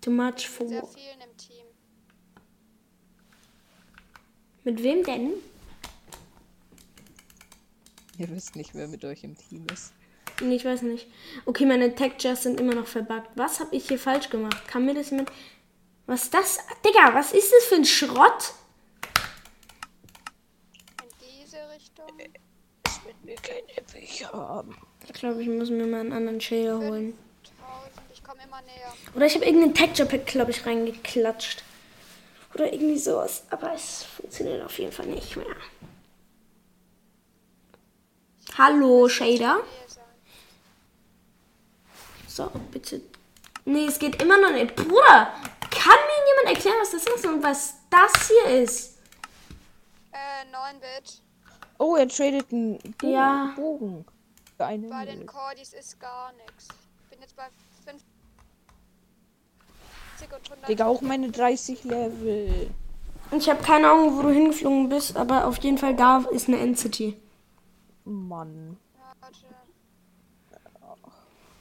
Speaker 1: Too much
Speaker 2: Mit sehr
Speaker 1: for.
Speaker 2: vielen im Team.
Speaker 1: Mit wem denn?
Speaker 3: Ihr wisst nicht, wer mit euch im Team ist.
Speaker 1: Nee, ich weiß nicht. Okay, meine Textures sind immer noch verbuggt. Was habe ich hier falsch gemacht? Kann mir das mit. Was ist das? Digga, was ist das für ein Schrott?
Speaker 2: In diese Richtung.
Speaker 3: Wenn wir keine Bücher haben.
Speaker 1: Ich glaube, ich muss mir mal einen anderen Shader holen.
Speaker 2: 1000, ich komme immer näher.
Speaker 1: Oder ich habe irgendeinen Texture Pack, glaube ich, reingeklatscht. Oder irgendwie sowas. Aber es funktioniert auf jeden Fall nicht mehr. Hallo, Shader.
Speaker 2: Nähe sein.
Speaker 1: So, bitte. Nee, es geht immer noch nicht. Bruder, kann mir jemand erklären, was das ist und was das hier ist?
Speaker 2: Äh, 9 Bit.
Speaker 3: Oh, er tradet einen Bogen,
Speaker 1: Ja.
Speaker 3: Bogen für einen
Speaker 2: Bei den
Speaker 3: Himmel.
Speaker 2: Cordis ist gar nichts. Ich bin jetzt bei 50 und 100.
Speaker 3: Digga, auch meine 30 Level.
Speaker 1: Ich habe keine Ahnung, wo du hingeflogen bist, aber auf jeden Fall da ist eine End-City.
Speaker 3: Mann.
Speaker 2: Warte.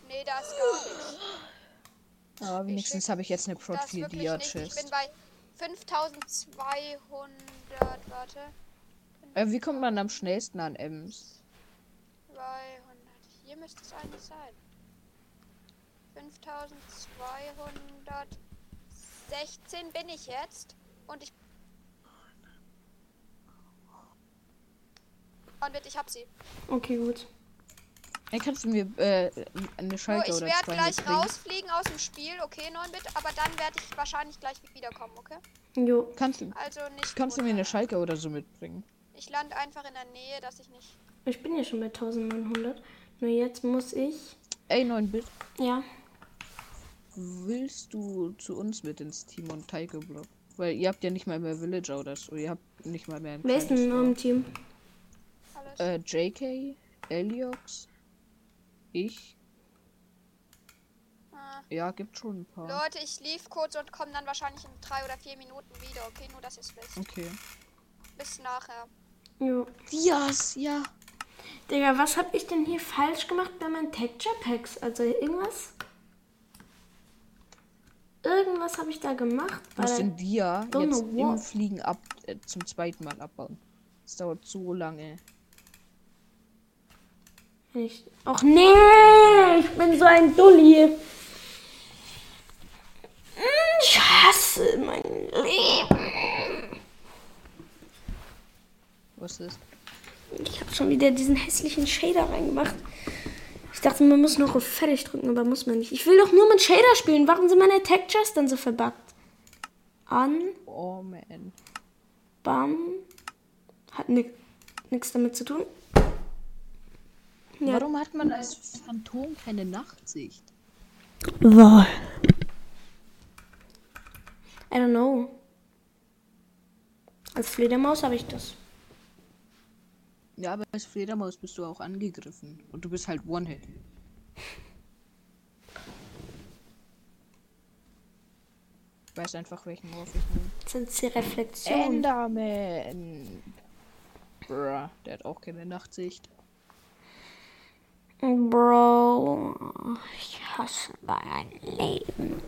Speaker 2: Nee, da ist gar nichts.
Speaker 3: Aber wenigstens habe ich jetzt eine Prot
Speaker 2: Da ist
Speaker 3: 4
Speaker 2: wirklich
Speaker 3: Dia
Speaker 2: nichts. Ich bin
Speaker 3: Chest.
Speaker 2: bei 5200. Warte.
Speaker 3: Äh, wie kommt man am schnellsten an Ems?
Speaker 2: 200. Hier müsste es eigentlich sein. 5216 bin ich jetzt. Und ich. Und wird, ich hab sie.
Speaker 1: Okay, gut.
Speaker 3: Ey, kannst du mir äh, eine
Speaker 2: So,
Speaker 3: Schalter
Speaker 2: ich
Speaker 3: oder
Speaker 2: werde
Speaker 3: zwei
Speaker 2: gleich
Speaker 3: mitbringen?
Speaker 2: rausfliegen aus dem Spiel, okay, 9-Bit, aber dann werde ich wahrscheinlich gleich wiederkommen, okay?
Speaker 1: Jo.
Speaker 3: Kannst du,
Speaker 2: Also nicht.
Speaker 3: kannst du mir
Speaker 2: wundern.
Speaker 3: eine Schalke oder so mitbringen?
Speaker 2: Ich lande einfach in der Nähe, dass ich nicht.
Speaker 1: Ich bin ja schon bei 1900. Nur jetzt muss ich.
Speaker 3: Ey, 9-Bit,
Speaker 1: Ja.
Speaker 3: willst du zu uns mit ins Team und Taiko Block? Weil ihr habt ja nicht mal mehr Villager oder so. Ihr habt nicht mal mehr einen
Speaker 1: Wer ist denn
Speaker 3: kleinen
Speaker 1: nur im Team?
Speaker 2: Alles.
Speaker 3: Store. Äh, JK, Eliox, ich.
Speaker 2: Ah.
Speaker 3: Ja, gibt schon ein paar.
Speaker 2: Leute, ich lief kurz und komme dann wahrscheinlich in drei oder vier Minuten wieder, okay? Nur, dass ihr es wisst.
Speaker 3: Okay.
Speaker 2: Bis nachher.
Speaker 1: Jo.
Speaker 3: Dias, ja.
Speaker 1: Digga, was hab ich denn hier falsch gemacht bei meinen Texture Packs? Also irgendwas? Irgendwas habe ich da gemacht.
Speaker 3: Du musst
Speaker 1: Weil
Speaker 3: den Dia
Speaker 1: Don't
Speaker 3: jetzt
Speaker 1: know
Speaker 3: im
Speaker 1: what.
Speaker 3: Fliegen ab äh, zum zweiten Mal abbauen. Das dauert so lange.
Speaker 1: ich, Och nee, ich bin so ein Dulli. Mm, Hm, Ich hasse mein Leben.
Speaker 3: Was ist?
Speaker 1: Ich habe schon wieder diesen hässlichen Shader reingemacht. Ich dachte, man muss noch auf fertig drücken, aber muss man nicht. Ich will doch nur mit Shader spielen. Warum sind meine Textures dann so verbuggt? An.
Speaker 3: Oh man.
Speaker 1: Bam. Hat ni nichts damit zu tun. Ja.
Speaker 3: Warum hat man als Phantom keine Nachtsicht?
Speaker 1: Wow. I don't know. Als Fledermaus habe ich das.
Speaker 3: Ja, aber als Fledermaus bist du auch angegriffen. Und du bist halt One-Hit. Ich weiß einfach, welchen Wurf ich nehme.
Speaker 1: Das sind die Reflexion.
Speaker 3: Enderman! Bruh, der hat auch keine Nachtsicht.
Speaker 1: Bro, ich hasse mein Leben.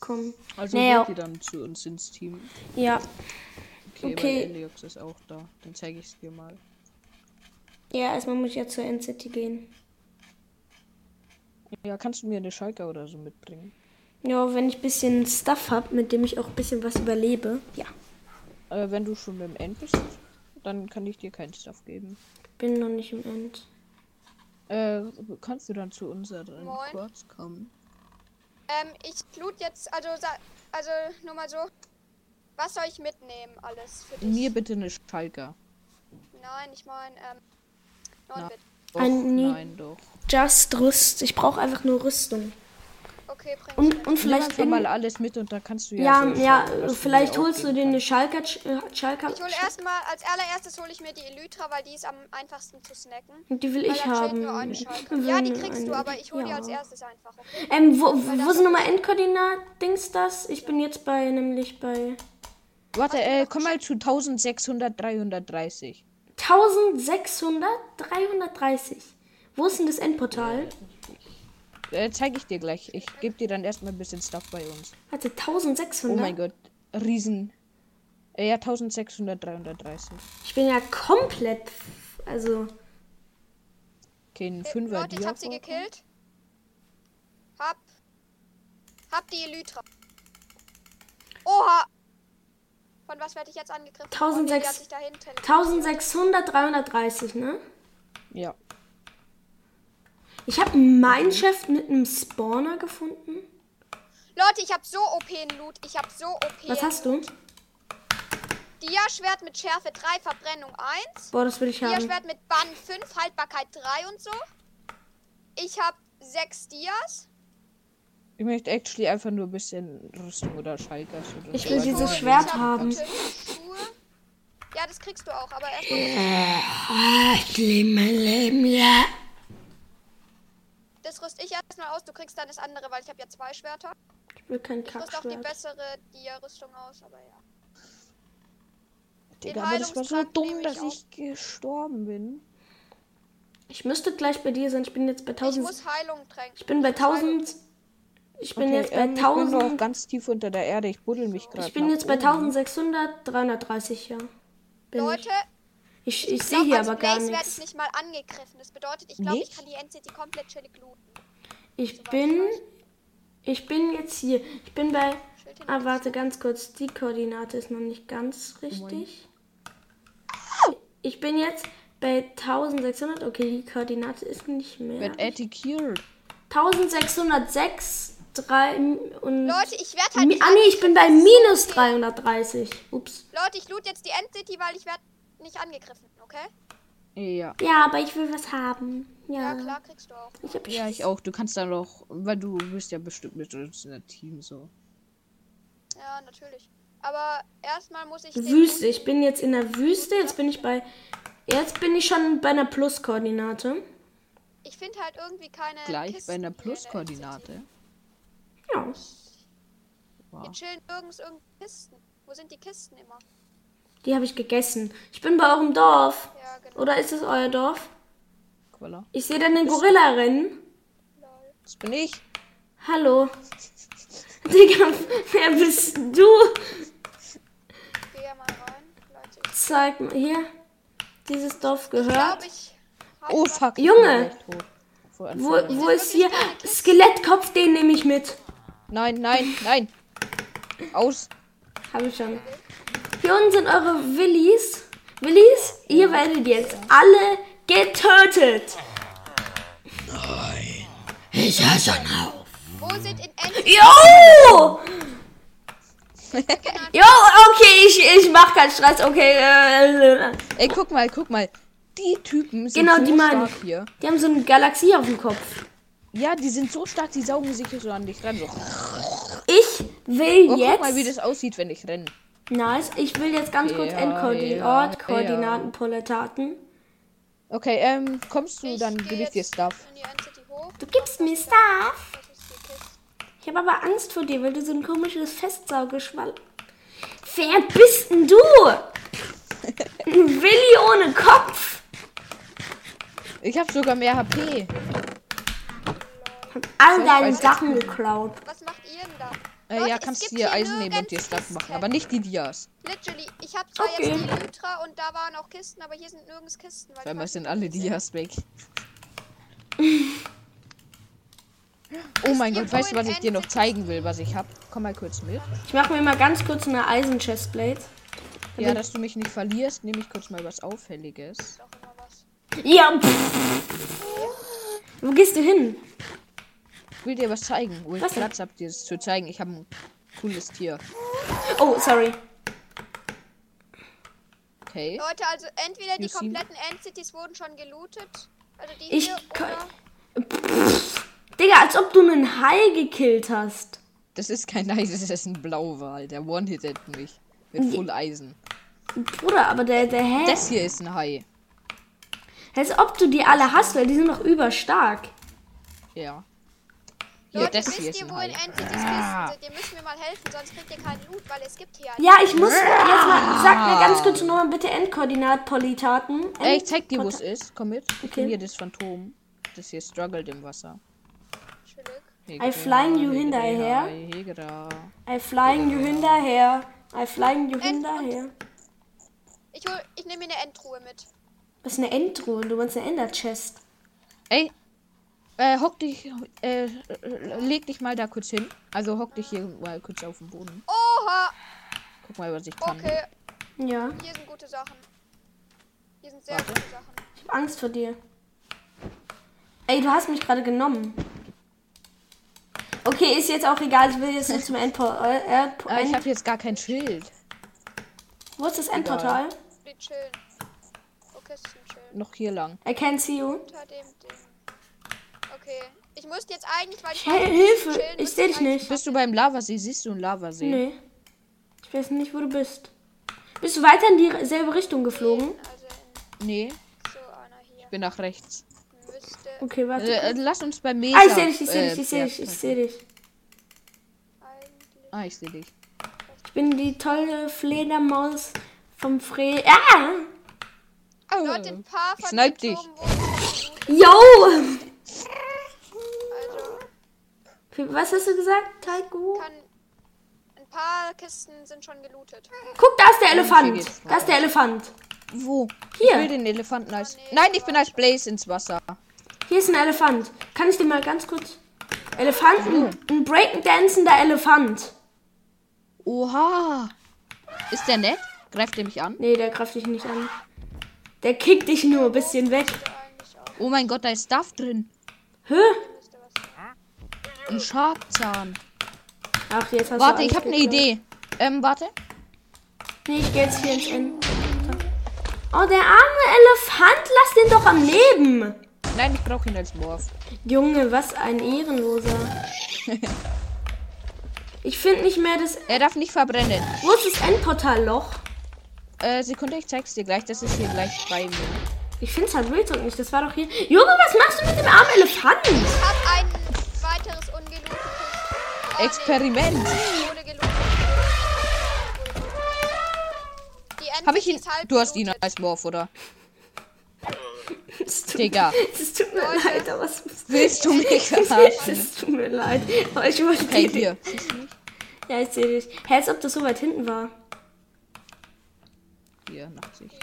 Speaker 1: Komm.
Speaker 3: Also
Speaker 1: Naja.
Speaker 3: holt die dann zu uns ins Team.
Speaker 1: Ja,
Speaker 3: Okay,
Speaker 1: Okay.
Speaker 3: weil Eliox ist auch da. Dann zeige ich es dir mal.
Speaker 1: ja, erstmal muss ich ja zur NCT gehen.
Speaker 3: Ja, kannst du mir eine Schalke oder so mitbringen?
Speaker 1: Ja, wenn ich ein bisschen Stuff habe, mit dem ich auch ein bisschen was überlebe. Ja,
Speaker 3: Äh, wenn du schon im End bist, dann kann ich dir keinen Stuff geben.
Speaker 1: bin noch nicht im End.
Speaker 3: Äh, kannst du dann zu unseren
Speaker 2: Moin.
Speaker 3: Quads kommen?
Speaker 2: Ähm, ich loot jetzt, also, sa- also nur mal so. Was soll ich mitnehmen alles für dich?
Speaker 3: Mir bitte eine Schalke.
Speaker 2: Nein, ich meine, ähm, 9-Bit.
Speaker 3: Och,
Speaker 1: Ein- nee.
Speaker 3: nein, doch.
Speaker 1: Just Rüst. Ich brauche einfach nur Rüstung.
Speaker 2: Okay, bring ich
Speaker 1: Und,
Speaker 2: mit.
Speaker 1: und
Speaker 3: Vielleicht
Speaker 1: vielleicht.
Speaker 3: einfach mal
Speaker 1: irgend-
Speaker 3: alles mit und dann kannst du ja.
Speaker 1: Ja,
Speaker 3: so
Speaker 1: ja,
Speaker 3: schauen, was
Speaker 1: vielleicht
Speaker 3: dir auch
Speaker 1: holst du
Speaker 3: geben
Speaker 1: dir eine
Speaker 3: kannst.
Speaker 1: Schalker. äh, Schalker
Speaker 2: Ich hole erstmal, als allererstes hole ich mir die Elytra, weil die ist am einfachsten zu snacken.
Speaker 1: Die will
Speaker 2: Weil
Speaker 1: ich
Speaker 2: da steht
Speaker 1: haben.
Speaker 2: Nur eine Schalke.
Speaker 1: Ich
Speaker 2: ja, die
Speaker 1: will nur
Speaker 2: kriegst du,
Speaker 1: eine.
Speaker 2: aber ich hole die
Speaker 1: Ja.
Speaker 2: als erstes einfach, okay?
Speaker 1: Ähm, wo, wo sind nochmal Endkoordinat-Dings das? Ich bin jetzt bei, nämlich bei
Speaker 3: Warte, äh, komm mal zu 1600, 330.
Speaker 1: 1600, 330. Wo ist denn das Endportal?
Speaker 3: Äh, zeige ich dir gleich. Ich gebe dir dann erstmal ein bisschen Stuff bei uns.
Speaker 1: Warte,
Speaker 3: Oh
Speaker 1: 1600?
Speaker 3: mein Gott, Riesen. Äh, ja, 1600, 330.
Speaker 1: Ich bin ja komplett, also,
Speaker 3: Okay, ein
Speaker 2: Äh,
Speaker 3: Fünfer.
Speaker 2: Leute, ich hab sie
Speaker 3: Diafor.
Speaker 2: gekillt. Hab. Hab die Elytra. Oha! Von was werde ich jetzt angegriffen?
Speaker 1: 1006
Speaker 2: Oh, nee, die hat sich dahin teleportiert.
Speaker 1: 1600, 330, ne?
Speaker 3: Ja.
Speaker 1: Ich habe einen Mineshaft mit einem Spawner gefunden.
Speaker 2: Leute, ich hab so OP einen Loot. Ich hab so OP.
Speaker 1: Was hast du?
Speaker 2: Dia-Schwert mit Schärfe 3, Verbrennung 1.
Speaker 1: Boah, das will ich haben.
Speaker 2: Dia-Schwert mit Bann 5, Haltbarkeit 3 und so. Ich hab 6 Dias.
Speaker 3: Ich möchte actually einfach nur ein bisschen Rüstung oder Schalkers oder
Speaker 1: Ich
Speaker 3: so. Also,
Speaker 1: will
Speaker 3: Warte,
Speaker 1: dieses
Speaker 2: hol-
Speaker 3: warte.
Speaker 1: Schwert
Speaker 2: ich hab
Speaker 1: haben.
Speaker 2: gute Schuhe. Ja, das kriegst du auch, aber erstmal.
Speaker 1: Äh. Ich liebe mein Leben, ja.
Speaker 2: Das rüst ich erstmal aus, du kriegst dann das andere, weil ich habe ja zwei Schwerter.
Speaker 1: Ich will kein
Speaker 2: Ich rüste auch die
Speaker 1: Kackschwert.
Speaker 2: bessere Dia-Rüstung aus, aber ja.
Speaker 3: Digga, aber das war so
Speaker 2: Heilungstrank
Speaker 3: dumm,
Speaker 2: nehme
Speaker 3: dass
Speaker 2: ich auch.
Speaker 3: ich gestorben bin.
Speaker 1: Ich müsste gleich bei dir sein. Ich bin jetzt bei
Speaker 2: Ich
Speaker 1: 1000.
Speaker 2: muss Heilung tränken.
Speaker 1: Ich bin bei 1000. Ich bin jetzt bei
Speaker 3: ähm, Ich bin noch
Speaker 1: 1000.
Speaker 3: ganz tief unter der Erde. Ich buddel mich gerade.
Speaker 1: Ich bin
Speaker 3: nach
Speaker 1: jetzt bei
Speaker 3: oben.
Speaker 1: 1600, 330, ja. Bin ich.
Speaker 2: ne? Leute,
Speaker 1: Ich, ich sehe
Speaker 2: Glaub,
Speaker 1: hier
Speaker 2: als
Speaker 1: aber gar
Speaker 2: Blaze werde ich
Speaker 1: nichts.
Speaker 2: nicht mal angegriffen. Das bedeutet, ich glaube, ich
Speaker 3: Nicht?
Speaker 2: kann die NCT komplett chillig looten.
Speaker 1: Ich bin. Ich bin jetzt hier. Ich bin bei.
Speaker 2: Schild hin-
Speaker 1: Ah, warte ganz kurz. Die Koordinate ist noch nicht ganz richtig. Ich bin jetzt bei 1600. Okay, die Koordinate ist nicht mehr.
Speaker 3: Wird attackiert.
Speaker 1: 1606, 3 und.
Speaker 2: Leute, ich werde
Speaker 1: Mi-
Speaker 2: halt.
Speaker 1: ah, nee, ich bin bei
Speaker 2: angegriffen.
Speaker 1: minus
Speaker 2: So viel.
Speaker 1: 330. Ups.
Speaker 2: Leute, ich loot jetzt die End-City, weil ich werde nicht angegriffen, okay?
Speaker 3: Ja.
Speaker 1: Ja, aber ich will was haben. Ja,
Speaker 2: Ja, klar, kriegst du auch.
Speaker 1: Ich hab
Speaker 3: Ja, ich auch. Du kannst dann auch, weil du bist ja bestimmt mit uns in der Team so.
Speaker 2: Ja, natürlich. Aber erstmal muss ich. den
Speaker 3: Mhm.
Speaker 1: Wüste. Ich bin jetzt in der Wüste. Jetzt bin ich bei. Jetzt bin ich schon bei einer Pluskoordinate.
Speaker 2: Loot- Ich finde halt irgendwie keine.
Speaker 3: Gleich
Speaker 2: Kisten
Speaker 3: bei einer
Speaker 2: hier in der End-City.
Speaker 3: Pluskoordinate.
Speaker 1: Ja.
Speaker 3: Wow.
Speaker 2: Hier chillen nirgends irgendwelche Kisten. Wo sind die Kisten immer?
Speaker 1: Die habe ich gegessen. Ich bin bei eurem Dorf.
Speaker 2: Ja, genau.
Speaker 1: Oder ist es euer Dorf?
Speaker 3: Quella.
Speaker 1: Ich sehe dann den Gorilla rennen.
Speaker 2: Lol.
Speaker 3: Das bin ich.
Speaker 1: Hallo. [laughs] Digga, wer bist du?
Speaker 2: Ich geh ja mal rein. Leute, ich
Speaker 1: Zeig mal hier. Dieses Dorf
Speaker 2: glaube,
Speaker 1: gehört.
Speaker 2: ich. hab
Speaker 3: Oh
Speaker 2: was-
Speaker 3: fuck. ich
Speaker 1: Junge!
Speaker 3: bin gleich tot. Vor
Speaker 1: Wo,
Speaker 3: Anfang.
Speaker 1: wo ist hier? Skelettkopf, den nehme ich mit.
Speaker 3: Nein, nein, nein. Aus.
Speaker 1: Habe ich schon. Hier unten sind eure Willis. Willis, ihr werdet jetzt alle getötet.
Speaker 2: Wo sind in End
Speaker 1: Jo! [laughs] Jo, okay, ich, ich mach keinen Stress, okay. Äh,
Speaker 3: Ey, guck mal, guck mal. Die Typen sind
Speaker 1: Genau,
Speaker 3: so
Speaker 1: die meine
Speaker 3: stark hier.
Speaker 1: die haben so eine Galaxie auf dem Kopf.
Speaker 3: Ja, die sind so stark, die saugen sich hier so an dich ran. So.
Speaker 1: Ich will
Speaker 3: Oh, guck
Speaker 1: jetzt.
Speaker 3: mal, wie das aussieht, wenn ich renne.
Speaker 1: nice, ich will jetzt ganz kurz
Speaker 3: Ja,
Speaker 1: Endkoordinaten,
Speaker 3: ja,
Speaker 1: Ortkoordinaten, Poletaten.
Speaker 3: Okay, ähm, kommst du,
Speaker 2: Ich
Speaker 3: [laughs] dann
Speaker 2: geh
Speaker 3: gebe ich dir
Speaker 2: jetzt
Speaker 3: Stuff.
Speaker 2: in die End-City hoch.
Speaker 1: Du gibst mir Stuff.
Speaker 2: Das ist die Kiste.
Speaker 1: Ich habe aber Angst vor dir, weil du so ein komisches Festsaugeschwall. Wer bist denn du? Ein Willi ohne Kopf.
Speaker 3: Ich habe sogar mehr Äh, HP.
Speaker 1: All deine
Speaker 3: weiß ich
Speaker 1: Sachen geklaut.
Speaker 2: Was macht ihr denn da?
Speaker 3: Äh,
Speaker 2: Leute,
Speaker 3: ja,
Speaker 2: es
Speaker 3: kannst
Speaker 2: gibt
Speaker 3: du dir
Speaker 2: hier
Speaker 3: Eisen nehmen und dir
Speaker 2: nirgends
Speaker 3: Stuff machen,
Speaker 2: Kisten.
Speaker 3: aber nicht die Dias.
Speaker 2: Literally, ich habe zwar
Speaker 1: Okay.
Speaker 2: jetzt die Lytra und da waren auch Kisten, aber hier sind nirgends Kisten. Weil
Speaker 3: Weil wir
Speaker 2: die
Speaker 3: sind
Speaker 2: waren-
Speaker 3: alle Dias weg.
Speaker 2: [laughs]
Speaker 3: Oh mein
Speaker 2: ihr
Speaker 3: Gott, weißt du,
Speaker 2: wohl
Speaker 3: was ich dir noch
Speaker 2: endlich-
Speaker 3: zeigen will, was ich hab? Komm mal kurz mit.
Speaker 1: Ich mache mir mal ganz kurz eine Eisen-Chestplate.
Speaker 3: Ja, dass du mich nicht verlierst, nehme ich kurz mal was Auffälliges.
Speaker 2: Doch immer was.
Speaker 1: Ja, pff. Wo gehst du hin?
Speaker 3: Ich will dir was zeigen, wo ich
Speaker 1: Was denn?
Speaker 3: Platz hab, dir das zu zeigen. Ich habe ein cooles Tier.
Speaker 1: Oh, sorry.
Speaker 3: Okay.
Speaker 2: Leute, also entweder die
Speaker 3: You see me?
Speaker 2: kompletten End-Cities wurden schon gelootet. Also die
Speaker 1: Ich
Speaker 2: hier
Speaker 1: kann-
Speaker 2: oder...
Speaker 1: Digga, als ob du einen Hai gekillt hast.
Speaker 3: Das ist kein Eisen, [laughs] das ist ein Blauwal. Der one-hittet mich. Mit Full Eisen.
Speaker 1: Bruder, aber der, der Hai.
Speaker 3: Das hier ist ein Hai.
Speaker 1: Als ob du die alle hast, weil die sind noch überstark.
Speaker 3: Ja. Hier,
Speaker 2: Leute,
Speaker 3: das hier
Speaker 2: wisst ihr,
Speaker 3: ist ein Ah.
Speaker 2: wo in
Speaker 3: Hai.
Speaker 2: End-Cities Kisten sind? Ihr müsst mir mal helfen, sonst kriegt ihr keinen Loot, weil es gibt hier...
Speaker 1: Ja, ich muss jetzt mal. Sag mir ganz kurz nochmal bitte Endkoordinat-Politaten. End
Speaker 3: Ey, ich zeig dir, wo es ist. Komm mit. Ich
Speaker 1: Okay.
Speaker 3: bin hier das Phantom. Das hier struggelt im Wasser.
Speaker 2: Entschuldigung.
Speaker 3: Hegera,
Speaker 1: flying you hinterher.
Speaker 3: Hegera.
Speaker 1: I flying you hinterher. I flying you hinterher.
Speaker 2: Ich, hol- ich nehme mir eine Endruhe mit.
Speaker 1: Was ist eine Endruhe? Du meinst eine Ender-Chest.
Speaker 3: Ey, äh, hock dich, äh, leg dich mal da kurz hin. Also hock dich hier mal kurz auf den Boden.
Speaker 2: Oha!
Speaker 3: Guck mal, was ich kann.
Speaker 2: Okay,
Speaker 1: Ja,
Speaker 2: hier sind gute Sachen. Hier sind sehr gute Sachen.
Speaker 1: ich hab Angst vor dir. Ey, du hast mich gerade genommen. Okay, ist jetzt auch egal. Ich will jetzt nicht
Speaker 3: [laughs]
Speaker 1: zum Endportal. Äh, Endpo-
Speaker 3: Ah, ich
Speaker 1: End
Speaker 3: habe jetzt gar kein Schild.
Speaker 1: Wo ist das Endportal?
Speaker 2: Die chillen. Wo Kisten chillen?
Speaker 3: Noch hier lang.
Speaker 1: I can't see you.
Speaker 2: Unter dem Ding. Okay. Ich müsste jetzt eigentlich, weil ich
Speaker 1: Hey,
Speaker 2: weiß,
Speaker 1: Hilfe!
Speaker 2: chillen
Speaker 1: Ich
Speaker 2: müsste
Speaker 1: sehe dich
Speaker 2: eigentlich-
Speaker 1: nicht.
Speaker 3: Bist du beim Lavasee? Siehst du einen Lavasee?
Speaker 1: Nee. Ich weiß nicht, wo du bist. Bist du weiter in dieselbe Richtung geflogen?
Speaker 2: Also in
Speaker 3: Nee,
Speaker 2: so einer hier.
Speaker 3: bin nach rechts.
Speaker 2: Müsste
Speaker 1: Okay, warte.
Speaker 3: Äh, äh, lass uns bei Mega.
Speaker 1: ah, ich sehe dich, ich sehe
Speaker 3: äh,
Speaker 1: dich, ich sehe dich, ich
Speaker 3: Berg-
Speaker 1: sehe dich.
Speaker 2: eigentlich.
Speaker 3: Ah, ich sehe dich.
Speaker 1: Ich bin die tolle Fledermaus vom Fre. Ah!
Speaker 3: Au.
Speaker 2: Dort ein paar
Speaker 3: ich
Speaker 2: von
Speaker 3: snipe
Speaker 2: den
Speaker 3: dich.
Speaker 2: Turm wurden
Speaker 1: Yo!
Speaker 2: Also
Speaker 1: Was hast du gesagt, Taiko?
Speaker 2: kann. Ein paar Kisten sind schon gelootet.
Speaker 1: Guck, da ist der
Speaker 3: hier
Speaker 1: Elefant.
Speaker 3: geht's
Speaker 1: Da ist der Elefant.
Speaker 3: Wo?
Speaker 1: Hier.
Speaker 3: Ich will den Elefanten als.
Speaker 2: Oh, nee,
Speaker 3: Nein, ich bin als Blaze ins Wasser.
Speaker 1: Hier ist ein Elefant. Kann ich den mal ganz kurz. Elefanten.
Speaker 3: Mhm.
Speaker 1: Ein breakdancender Elefant.
Speaker 3: Oha. Ist der nett? Greift er mich an?
Speaker 1: Nee, der greift dich nicht an. Der kickt dich nur ein bisschen weg.
Speaker 2: Eigentlich auch.
Speaker 3: Oh mein Gott, da ist Stuff drin.
Speaker 1: Hä?
Speaker 2: Müsste was
Speaker 3: Ein Schabzahn.
Speaker 1: Ach, jetzt hast
Speaker 3: Warte,
Speaker 1: du.
Speaker 3: ich habe eine
Speaker 1: angeklickt.
Speaker 3: Idee. Ähm, warte.
Speaker 1: Nee, ich gehe jetzt hier ins End. Oh, der arme Elefant. Lass den doch am Leben.
Speaker 3: Nein, ich brauche ihn als Morph.
Speaker 1: Junge, was ein
Speaker 3: [laughs]
Speaker 1: Ehrenloser. Ich finde nicht mehr das.
Speaker 3: Er darf nicht verbrennen.
Speaker 1: Wo ist das Endportalloch?
Speaker 3: Äh, Sekunde, ich zeig's dir gleich. Das ist hier gleich bei mir.
Speaker 1: Ich finde es halt Real Talk nicht. Das war doch hier. Junge, was machst du mit dem armen Elefant?
Speaker 2: Ich hab ein weiteres ungelootetes. äh,
Speaker 3: Experiment.
Speaker 2: Nee, wurde gelootet. Die NPC
Speaker 3: Habe ich ihn?
Speaker 2: ist
Speaker 1: halt
Speaker 2: halb
Speaker 3: Du hast ihn
Speaker 2: gelootet.
Speaker 3: als Morph, oder?
Speaker 1: Es tut,
Speaker 3: Digga.
Speaker 1: [laughs] Es tut mir leid, aber es
Speaker 3: Willst
Speaker 1: [laughs]
Speaker 3: du mich verarschen?
Speaker 1: Es tut mir leid. Aber ich wollte
Speaker 3: Hey,
Speaker 1: die-
Speaker 3: hier.
Speaker 1: Ja, ich sehe dich. Hä, als ob das so weit hinten war.
Speaker 3: Hier, Nachtsicht.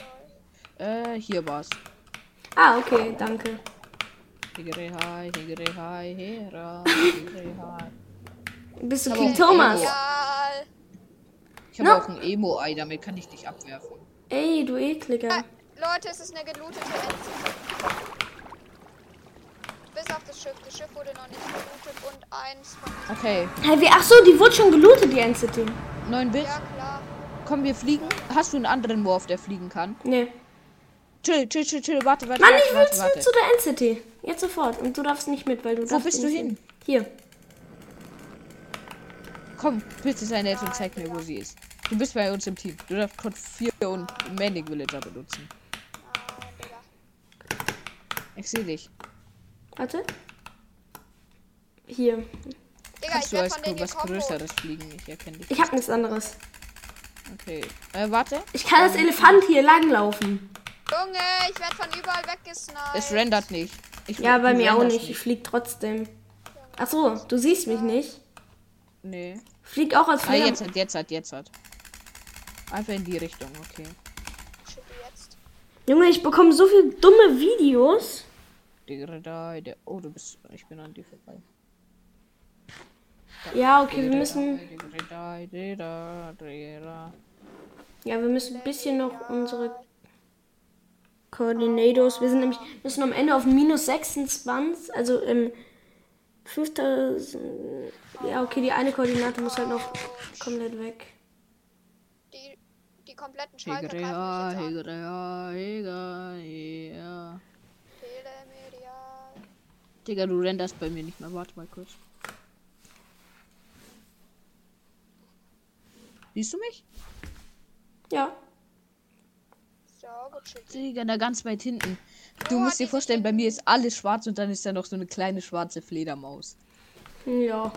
Speaker 3: Äh, hier war's.
Speaker 1: Ah, okay, danke.
Speaker 3: Higerehai, Higerehai, Hera, Higerehai.
Speaker 1: Bist du
Speaker 3: Aber
Speaker 1: King
Speaker 3: auch
Speaker 1: Thomas?
Speaker 3: Ego.
Speaker 2: Egal.
Speaker 3: Ich habe
Speaker 1: No.
Speaker 3: auch ein Emo-Ei, damit kann ich dich abwerfen.
Speaker 1: Ey, du ekliger.
Speaker 2: Leute, es ist eine gelootete NPC. Bis auf das Schiff. Das Schiff wurde noch nicht gelootet und eins von
Speaker 3: Okay,
Speaker 1: Hä, wie? Ach so, die wurde schon gelootet, die Entity.
Speaker 3: neun Bit.
Speaker 2: Ja, klar.
Speaker 3: Komm, wir fliegen. Hast du einen anderen Morph, der fliegen kann?
Speaker 1: Nee.
Speaker 3: Chill, chill, chill, chill. Warte, warte,
Speaker 1: Mann,
Speaker 3: warte,
Speaker 1: ich will
Speaker 3: warte,
Speaker 1: zu,
Speaker 3: warte.
Speaker 1: zu der Entity. Jetzt sofort. Und du darfst nicht mit, weil du darfst
Speaker 3: bist
Speaker 1: ihn
Speaker 3: du
Speaker 1: nicht
Speaker 3: hin?
Speaker 1: sehen. Hier.
Speaker 3: Komm, bitte sei nett und zeig mir, wo sie ist. Du bist bei uns im Team. Du darfst Code 4 und Manic Villager benutzen. Ich sehe dich.
Speaker 1: Warte. Hier.
Speaker 2: Digga,
Speaker 3: Kannst
Speaker 2: ich
Speaker 3: du
Speaker 2: werd
Speaker 3: als
Speaker 2: von denen
Speaker 3: was
Speaker 2: gekommen.
Speaker 3: Größeres fliegen? Ich erkenne dich.
Speaker 1: Ich hab nichts anderes.
Speaker 3: Okay. Äh, warte.
Speaker 1: Ich kann als Elefant hier langlaufen.
Speaker 2: Junge, ich werd von überall weggesniped.
Speaker 3: Es rendert nicht. Ich,
Speaker 1: Ja, bei
Speaker 3: du
Speaker 1: mir auch
Speaker 3: renderst
Speaker 1: nicht. Ich flieg trotzdem. Ach so, du siehst mich nicht.
Speaker 3: Nee.
Speaker 1: Flieg auch als
Speaker 3: Ah,
Speaker 1: Flieger.
Speaker 3: jetzt hat, jetzt hat, jetzt hat. Einfach in die Richtung, okay.
Speaker 2: Jetzt.
Speaker 1: Junge, ich bekomme so viel dumme Videos.
Speaker 3: Die Radar, der. Oh, du bist. Ich bin an dir vorbei.
Speaker 1: Ja, okay, wir müssen.
Speaker 3: Die Radar, die Radar, die Radar.
Speaker 1: Ja, wir müssen ein bisschen noch unsere Koordinators. Wir sind nämlich müssen am Ende auf minus 26, also im 5000. Ja, okay, die eine Koordinate muss halt noch komplett weg.
Speaker 2: Die, die kompletten Scheiße greifen mich jetzt
Speaker 3: Higrea,
Speaker 2: an.
Speaker 3: Higrea, Higrea.
Speaker 2: Telemedial.
Speaker 3: Digga, du renderst bei mir nicht mehr. Warte mal kurz. Siehst du mich?
Speaker 1: Ja.
Speaker 2: So, gechillt.
Speaker 3: Digga, da ganz weit hinten. Du
Speaker 2: Oh,
Speaker 3: musst dir
Speaker 2: diese
Speaker 3: vorstellen, bei mir ist alles schwarz und dann ist da noch so eine kleine schwarze Fledermaus.
Speaker 1: Ja.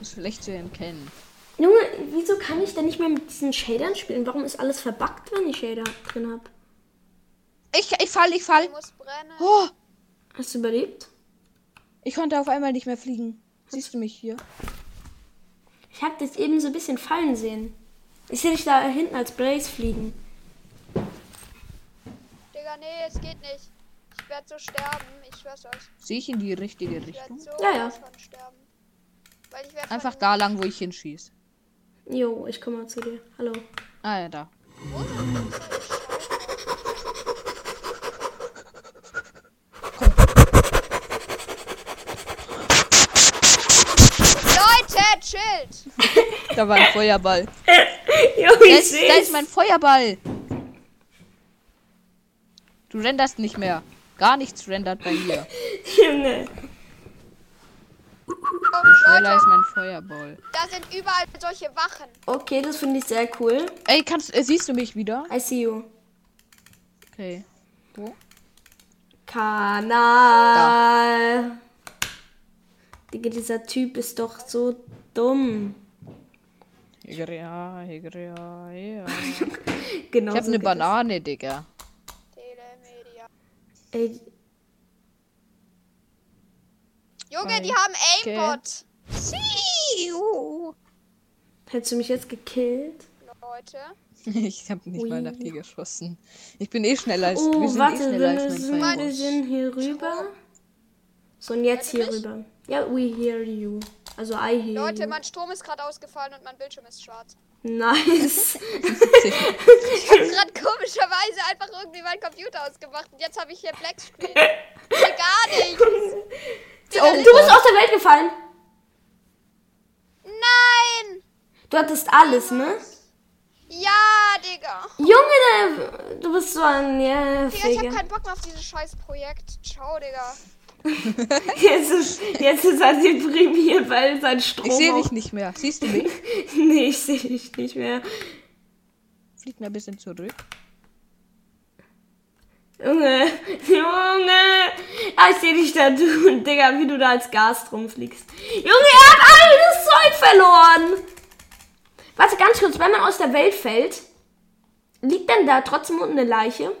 Speaker 3: Ist schlecht zu erkennen.
Speaker 1: Junge, wieso kann ich denn nicht mehr mit diesen Shadern spielen? Warum ist alles verbuggt, wenn ich Shader drin habe?
Speaker 3: Ich, ich fall, ich fall.
Speaker 2: Ich muss brennen.
Speaker 3: Oh,
Speaker 1: Hast du überlebt?
Speaker 3: ich konnte auf einmal nicht mehr fliegen. Siehst du mich hier?
Speaker 1: Ich hab das eben so ein bisschen fallen sehen. Ich sehe dich da hinten als Blaze fliegen.
Speaker 2: Digga, nee, es geht nicht. Ich werd so sterben. Ich schwör's euch.
Speaker 3: Sehe ich in die richtige
Speaker 2: Ich werd
Speaker 3: Richtung?
Speaker 2: so
Speaker 1: Ja, ja.
Speaker 2: schon sterben. Weil ich werd
Speaker 3: Einfach
Speaker 2: von,
Speaker 3: da lang, wo ich hinschieß.
Speaker 1: Jo, ich komme mal zu dir. Hallo.
Speaker 3: Ah, ja, da.
Speaker 2: Leute, chillt!
Speaker 3: Da war ein Feuerball.
Speaker 1: [laughs] Jo,
Speaker 3: Da ist, da ist mein Feuerball. Du renderst nicht mehr. Gar nichts rendert bei mir.
Speaker 1: Junge.
Speaker 2: Oh,
Speaker 3: Schneller
Speaker 2: Leute,
Speaker 3: ist mein Feuerball.
Speaker 2: da sind überall solche Wachen.
Speaker 1: Okay, das finde ich sehr cool.
Speaker 3: Ey, kannst, äh, siehst du mich wieder?
Speaker 1: I see you.
Speaker 3: Okay. Wo?
Speaker 1: Kanal. Digga, dieser Typ ist doch so dumm.
Speaker 3: Higria, Higria, ja.
Speaker 1: Genau.
Speaker 3: Ich hab
Speaker 1: so
Speaker 3: eine
Speaker 1: geht
Speaker 3: Banane, Digga.
Speaker 2: Telemedia.
Speaker 1: das. Ey,
Speaker 2: Junge, die haben
Speaker 3: Okay.
Speaker 2: Aimbot.
Speaker 1: hättest du mich jetzt gekillt?
Speaker 2: Leute.
Speaker 3: Ich habe nicht mal nach
Speaker 1: Ui.
Speaker 3: dir geschossen. Ich bin eh schneller als wir
Speaker 1: Oh,
Speaker 3: sind eh
Speaker 1: warte,
Speaker 3: schneller
Speaker 1: wir
Speaker 3: als mein
Speaker 1: sind,
Speaker 3: Feind.
Speaker 1: wir sind hier rüber. So, und jetzt hier rüber. Ja, we hear you. Also, I hear
Speaker 2: Leute,
Speaker 1: you.
Speaker 2: mein Strom ist gerade ausgefallen und mein Bildschirm ist schwarz. [laughs]
Speaker 1: Nice.
Speaker 2: Ich [laughs] habe gerade komischerweise einfach irgendwie meinen Computer ausgemacht und jetzt habe ich hier Black Screen. Gar nicht.
Speaker 1: Oh, du bist aus der Welt gefallen.
Speaker 2: Nein!
Speaker 1: Du hattest alles, ne?
Speaker 2: Ja, Digga.
Speaker 1: Junge, der- du bist so ein
Speaker 2: Digga, ich
Speaker 1: nerviger.
Speaker 2: habe keinen Bock mehr auf dieses scheiß Projekt. Ciao, Digga.
Speaker 1: Jetzt ist, jetzt ist er deprimiert, weil sein Strom.
Speaker 3: Ich sehe
Speaker 1: auch-
Speaker 3: dich nicht mehr. Siehst du mich?
Speaker 1: [laughs] Nee, ich sehe dich nicht mehr.
Speaker 3: Flieg mal ein bisschen zurück.
Speaker 1: Junge, Junge. Ah, ich sehe dich da, du, Digga, wie du da als Gas rumfliegst. Junge, er hat alles Zeug verloren. Warte, ganz kurz, wenn man aus der Welt fällt, liegt dann da trotzdem unten eine Leiche?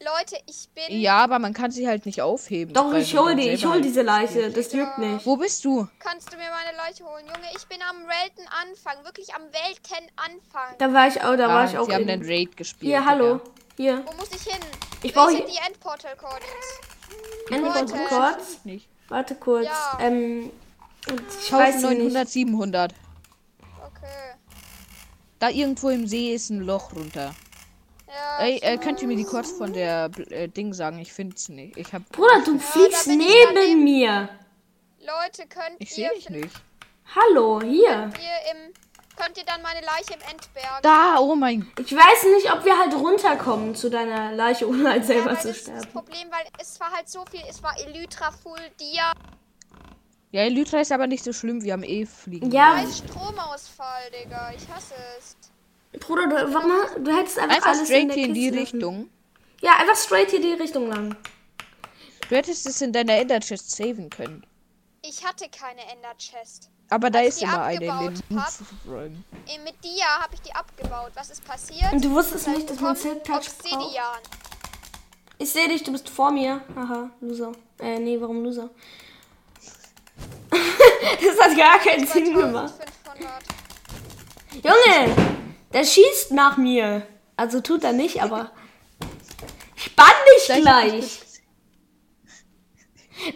Speaker 2: Leute, ich bin.
Speaker 3: Ja, aber man kann sie halt nicht aufheben.
Speaker 1: Doch,
Speaker 3: weil
Speaker 1: ich
Speaker 3: man
Speaker 1: hol
Speaker 3: dann
Speaker 1: die, ich
Speaker 3: selber
Speaker 1: hol
Speaker 3: halt-
Speaker 1: diese Leiche, das juckt nicht.
Speaker 3: Wo bist du?
Speaker 2: Kannst du mir meine Leiche holen? Junge, ich bin am Weltenanfang. Wirklich am Weltenanfang.
Speaker 1: Da war ich auch, da war
Speaker 3: Ah,
Speaker 1: ich auch
Speaker 3: sie haben
Speaker 1: in.
Speaker 3: den Raid gespielt.
Speaker 1: Hier, hallo. Hier.
Speaker 2: Wo muss ich hin?
Speaker 1: Ich brauch
Speaker 2: Welche
Speaker 1: hier-
Speaker 2: sind die Endportal-Coordinates?
Speaker 1: Endpunkt
Speaker 2: Leute.
Speaker 1: kurz.
Speaker 3: Digga. Nicht.
Speaker 1: Warte kurz.
Speaker 2: Ja.
Speaker 1: Ähm, und ich weiß sie nicht.
Speaker 3: 1900, 700.
Speaker 2: Okay.
Speaker 3: Da irgendwo im See ist ein Loch runter.
Speaker 2: Ja,
Speaker 3: Ey,
Speaker 2: ich-
Speaker 3: äh, könnt ihr mir die kurz von der äh, Ding sagen? Ich find's nicht. Ich hab.
Speaker 1: Bruder, du fliegst
Speaker 2: bin ich
Speaker 1: neben
Speaker 2: daneben.
Speaker 1: mir.
Speaker 2: Leute, könnt
Speaker 3: Ich
Speaker 2: ihr,
Speaker 3: sehe dich nicht.
Speaker 1: Hallo, hier.
Speaker 2: ihr im. Könnt ihr dann meine Leiche im Endberg?
Speaker 3: Da, oh mein
Speaker 1: Ich weiß nicht, ob wir halt runterkommen zu deiner Leiche, [laughs] ohne halt
Speaker 2: Ja,
Speaker 1: selber
Speaker 2: weil
Speaker 1: zu
Speaker 2: das ist das
Speaker 1: sterben.
Speaker 2: Problem, weil es war halt so viel. Es war Elytra Full Dia.
Speaker 3: Ja, Elytra ist aber nicht so schlimm. Wir haben eh Fliegen.
Speaker 1: Ja,
Speaker 2: Scheiß Stromausfall, Digga. Ich hasse es.
Speaker 1: Bruder, du, warte mal, du hättest einfach,
Speaker 3: Einfach
Speaker 1: alles in
Speaker 3: straight
Speaker 1: der
Speaker 3: hier in die
Speaker 1: Kiste lassen.
Speaker 3: Richtung.
Speaker 1: Ja, einfach straight hier die Richtung lang.
Speaker 3: Du hättest es in deiner Ender Chest saven können.
Speaker 2: Ich hatte keine Ender Chest.
Speaker 3: Aber da
Speaker 2: Als
Speaker 3: ist
Speaker 2: die
Speaker 3: immer eine um in
Speaker 2: abgebaut
Speaker 3: den
Speaker 2: hab-
Speaker 3: Räumen.
Speaker 2: Äh, Mit Dia habe ich die abgebaut. Was ist passiert?
Speaker 1: Und du wusstest
Speaker 2: Dann
Speaker 1: nicht, dass man
Speaker 2: bekommen
Speaker 1: Silk Touch braucht.
Speaker 2: Obsidian.
Speaker 1: [laughs] Ich sehe dich, du bist vor mir. Haha, Loser. Äh, nee, warum Loser? [laughs] das hat gar keinen Sinn gemacht.
Speaker 2: 2500.
Speaker 1: Junge, der schießt nach mir. Also tut er nicht,
Speaker 2: [laughs]
Speaker 1: aber. Ich bann dich gleich.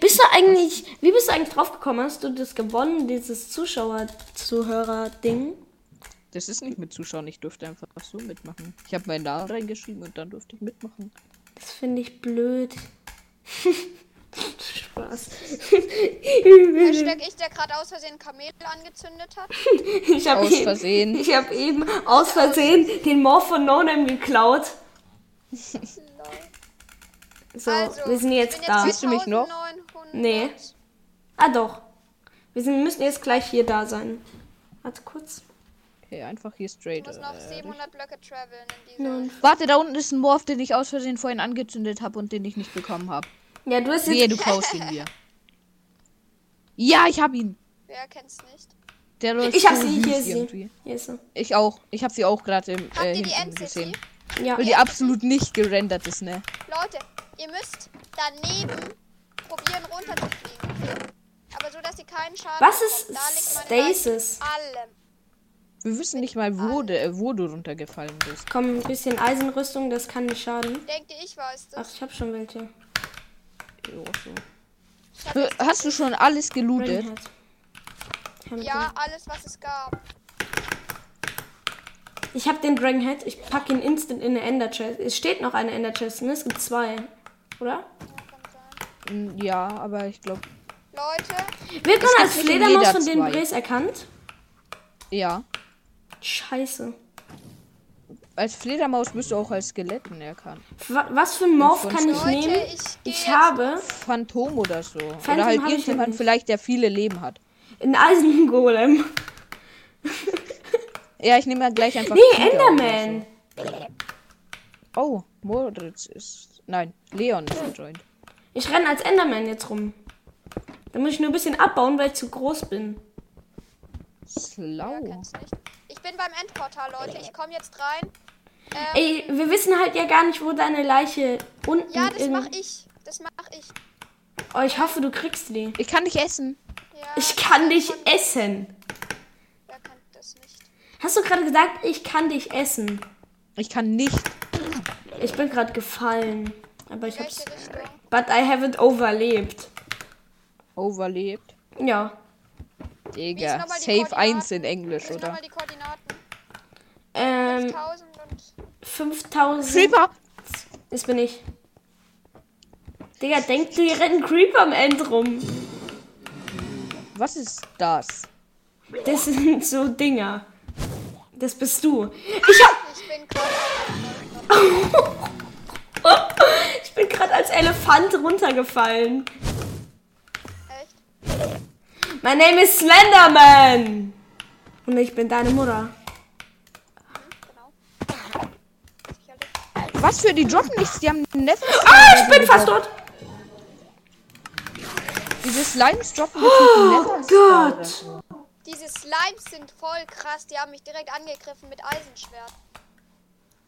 Speaker 1: Bist du eigentlich. Wie bist du eigentlich draufgekommen? Hast du das gewonnen, dieses Zuschauer-Zuhörer-Ding?
Speaker 3: Das ist nicht mit Zuschauen. Ich durfte einfach so mitmachen. Ich habe meinen Namen reingeschrieben und dann durfte ich mitmachen.
Speaker 1: Das finde ich blöd. [laughs] Spaß. ich
Speaker 2: Hashtag ich, der gerade aus Versehen Kamel angezündet hat.
Speaker 1: habe
Speaker 3: Aus
Speaker 1: eben,
Speaker 3: Versehen.
Speaker 1: eh- [laughs] ich hab eben aus Versehen den Morph von Nonem geklaut. So,
Speaker 2: also,
Speaker 1: wir sind
Speaker 2: ich
Speaker 1: jetzt
Speaker 2: bin
Speaker 1: da.
Speaker 2: Jetzt
Speaker 3: Siehst du mich noch?
Speaker 2: 1900.
Speaker 1: Nee. Ah, doch. Wir sind, müssen jetzt gleich hier da sein. Warte kurz.
Speaker 3: Okay, einfach hier
Speaker 2: Ich
Speaker 3: straight.
Speaker 2: muss noch
Speaker 3: Äh,
Speaker 2: 700 Blöcke traveln in dieser.
Speaker 1: Nun.
Speaker 3: warte, da unten ist ein Morph, den ich aus Versehen vorhin angezündet habe und den ich nicht bekommen habe.
Speaker 1: Ja, du hast
Speaker 3: Wehe,
Speaker 1: jetzt.
Speaker 3: du klaust ihn
Speaker 2: [laughs]
Speaker 3: mir. Ja, ich hab ihn.
Speaker 2: Wer kennt's nicht?
Speaker 3: Der läuft
Speaker 1: Ich hab
Speaker 3: so
Speaker 1: sie, hier
Speaker 3: süß
Speaker 1: ist sie.
Speaker 3: irgendwie.
Speaker 1: Hier ist sie.
Speaker 3: Ich auch. Ich hab sie auch gerade im
Speaker 2: Habt
Speaker 3: äh,
Speaker 2: ihr die
Speaker 3: hinten
Speaker 2: End-City?
Speaker 3: gesehen.
Speaker 1: Ja.
Speaker 3: Weil die absolut nicht gerendert ist, ne?
Speaker 2: Leute, ihr müsst daneben probieren runterzufliegen. Aber so, dass ihr keinen Schaden
Speaker 1: Was ist
Speaker 2: bekommt. Da liegt meine Leiche.
Speaker 1: Stasis?
Speaker 2: Allem.
Speaker 3: Wir wissen nicht mal, wo, de, äh, wo du runtergefallen bist.
Speaker 1: Komm, ein bisschen Eisenrüstung, das kann nicht schaden.
Speaker 2: Denkt ihr, ich weiß das?
Speaker 1: Ach, ich hab schon welche.
Speaker 3: Jo, so.
Speaker 2: Ich hab
Speaker 3: Hö,
Speaker 2: jetzt-
Speaker 3: Äh, Hast du schon alles gelootet?
Speaker 1: Reinhardt. Hamilton.
Speaker 2: Ja, alles, was es gab.
Speaker 1: Ich habe den Dragon Head. Ich pack ihn instant in eine Ender Chest. Es steht noch eine Ender Chest, ne? Es gibt zwei. Oder?
Speaker 2: Ja, kann sein.
Speaker 3: Mm, Ja, aber ich glaube,
Speaker 2: Leute,
Speaker 1: Wird man als
Speaker 3: gibt nicht in
Speaker 1: Fledermaus
Speaker 3: jeder
Speaker 1: von den
Speaker 3: zwei.
Speaker 1: Brees erkannt?
Speaker 3: ja.
Speaker 1: Scheiße.
Speaker 3: Als Fledermaus bist du auch als Skeletten erkannt.
Speaker 1: Wa- Was für ein Morph
Speaker 3: Und
Speaker 1: kann ich
Speaker 2: Leute,
Speaker 1: nehmen?
Speaker 2: ich geh
Speaker 1: Ich
Speaker 2: jetzt-
Speaker 1: habe
Speaker 3: Phantom oder so.
Speaker 1: Phantom
Speaker 3: oder halt
Speaker 1: hab ich halt
Speaker 3: irgendjemand
Speaker 1: nicht.
Speaker 3: vielleicht, der viele Leben hat.
Speaker 1: einen
Speaker 3: [laughs]
Speaker 1: Eisengolem.
Speaker 3: Ja, ich nehme ja gleich einfach.
Speaker 1: Nee,
Speaker 3: Tiger
Speaker 1: Enderman.
Speaker 3: oder so. Oh, Moritz ist. Nein, Leon ist gejoint.
Speaker 1: Ich renne als Enderman jetzt rum. Dann muss ich nur ein bisschen abbauen, weil ich zu groß bin.
Speaker 2: wer
Speaker 3: Slow.
Speaker 2: kennt's nicht? Ich bin beim Endportal, Leute. Ich komme jetzt rein.
Speaker 1: Ey, wir wissen halt ja gar nicht, wo deine Leiche unten
Speaker 2: Ja, das
Speaker 1: in...
Speaker 2: mach ich. Das mach ich.
Speaker 1: Oh, ich hoffe, du kriegst die.
Speaker 3: Ich kann nicht essen.
Speaker 2: Ja,
Speaker 1: Ich kann dich
Speaker 2: Wer
Speaker 1: essen.
Speaker 2: kennt das nicht?
Speaker 1: Hast du gerade gesagt, ich kann dich essen?
Speaker 3: Ich kann nicht.
Speaker 1: Ich bin gerade gefallen. Aber ich hab's.
Speaker 2: Welche Richtung?
Speaker 1: But I haven't overlebt.
Speaker 3: Overlebt.
Speaker 1: Ja.
Speaker 2: Lies
Speaker 3: Digga.
Speaker 2: noch mal die
Speaker 3: Safe
Speaker 2: Koordinaten.
Speaker 3: 1 in Englisch,
Speaker 2: Ich noch
Speaker 3: oder?
Speaker 2: mal die Koordinaten.
Speaker 1: Ähm,
Speaker 2: 1000 und
Speaker 1: 5000.
Speaker 3: Creeper!
Speaker 1: Das bin ich. Digga, denk du, hier rennt ein Creeper am Ende rum.
Speaker 3: Was ist das?
Speaker 1: Das [laughs] sind so Dinger. Das bist du.
Speaker 2: ich bin Koordinaten.
Speaker 1: Ich bin gerade als Elefant runtergefallen.
Speaker 2: Echt?
Speaker 1: My name is Slenderman. Und ich bin deine Mutter.
Speaker 2: Genau.
Speaker 3: Was für die droppen nichts? Die haben einen Neffen.
Speaker 1: Ah, ich bin fast tot.
Speaker 3: Diese Slimes droppen wirklich einen Neffen.
Speaker 1: Oh Gott.
Speaker 2: Diese Slimes sind voll krass. Die haben mich direkt angegriffen mit Eisenschwert.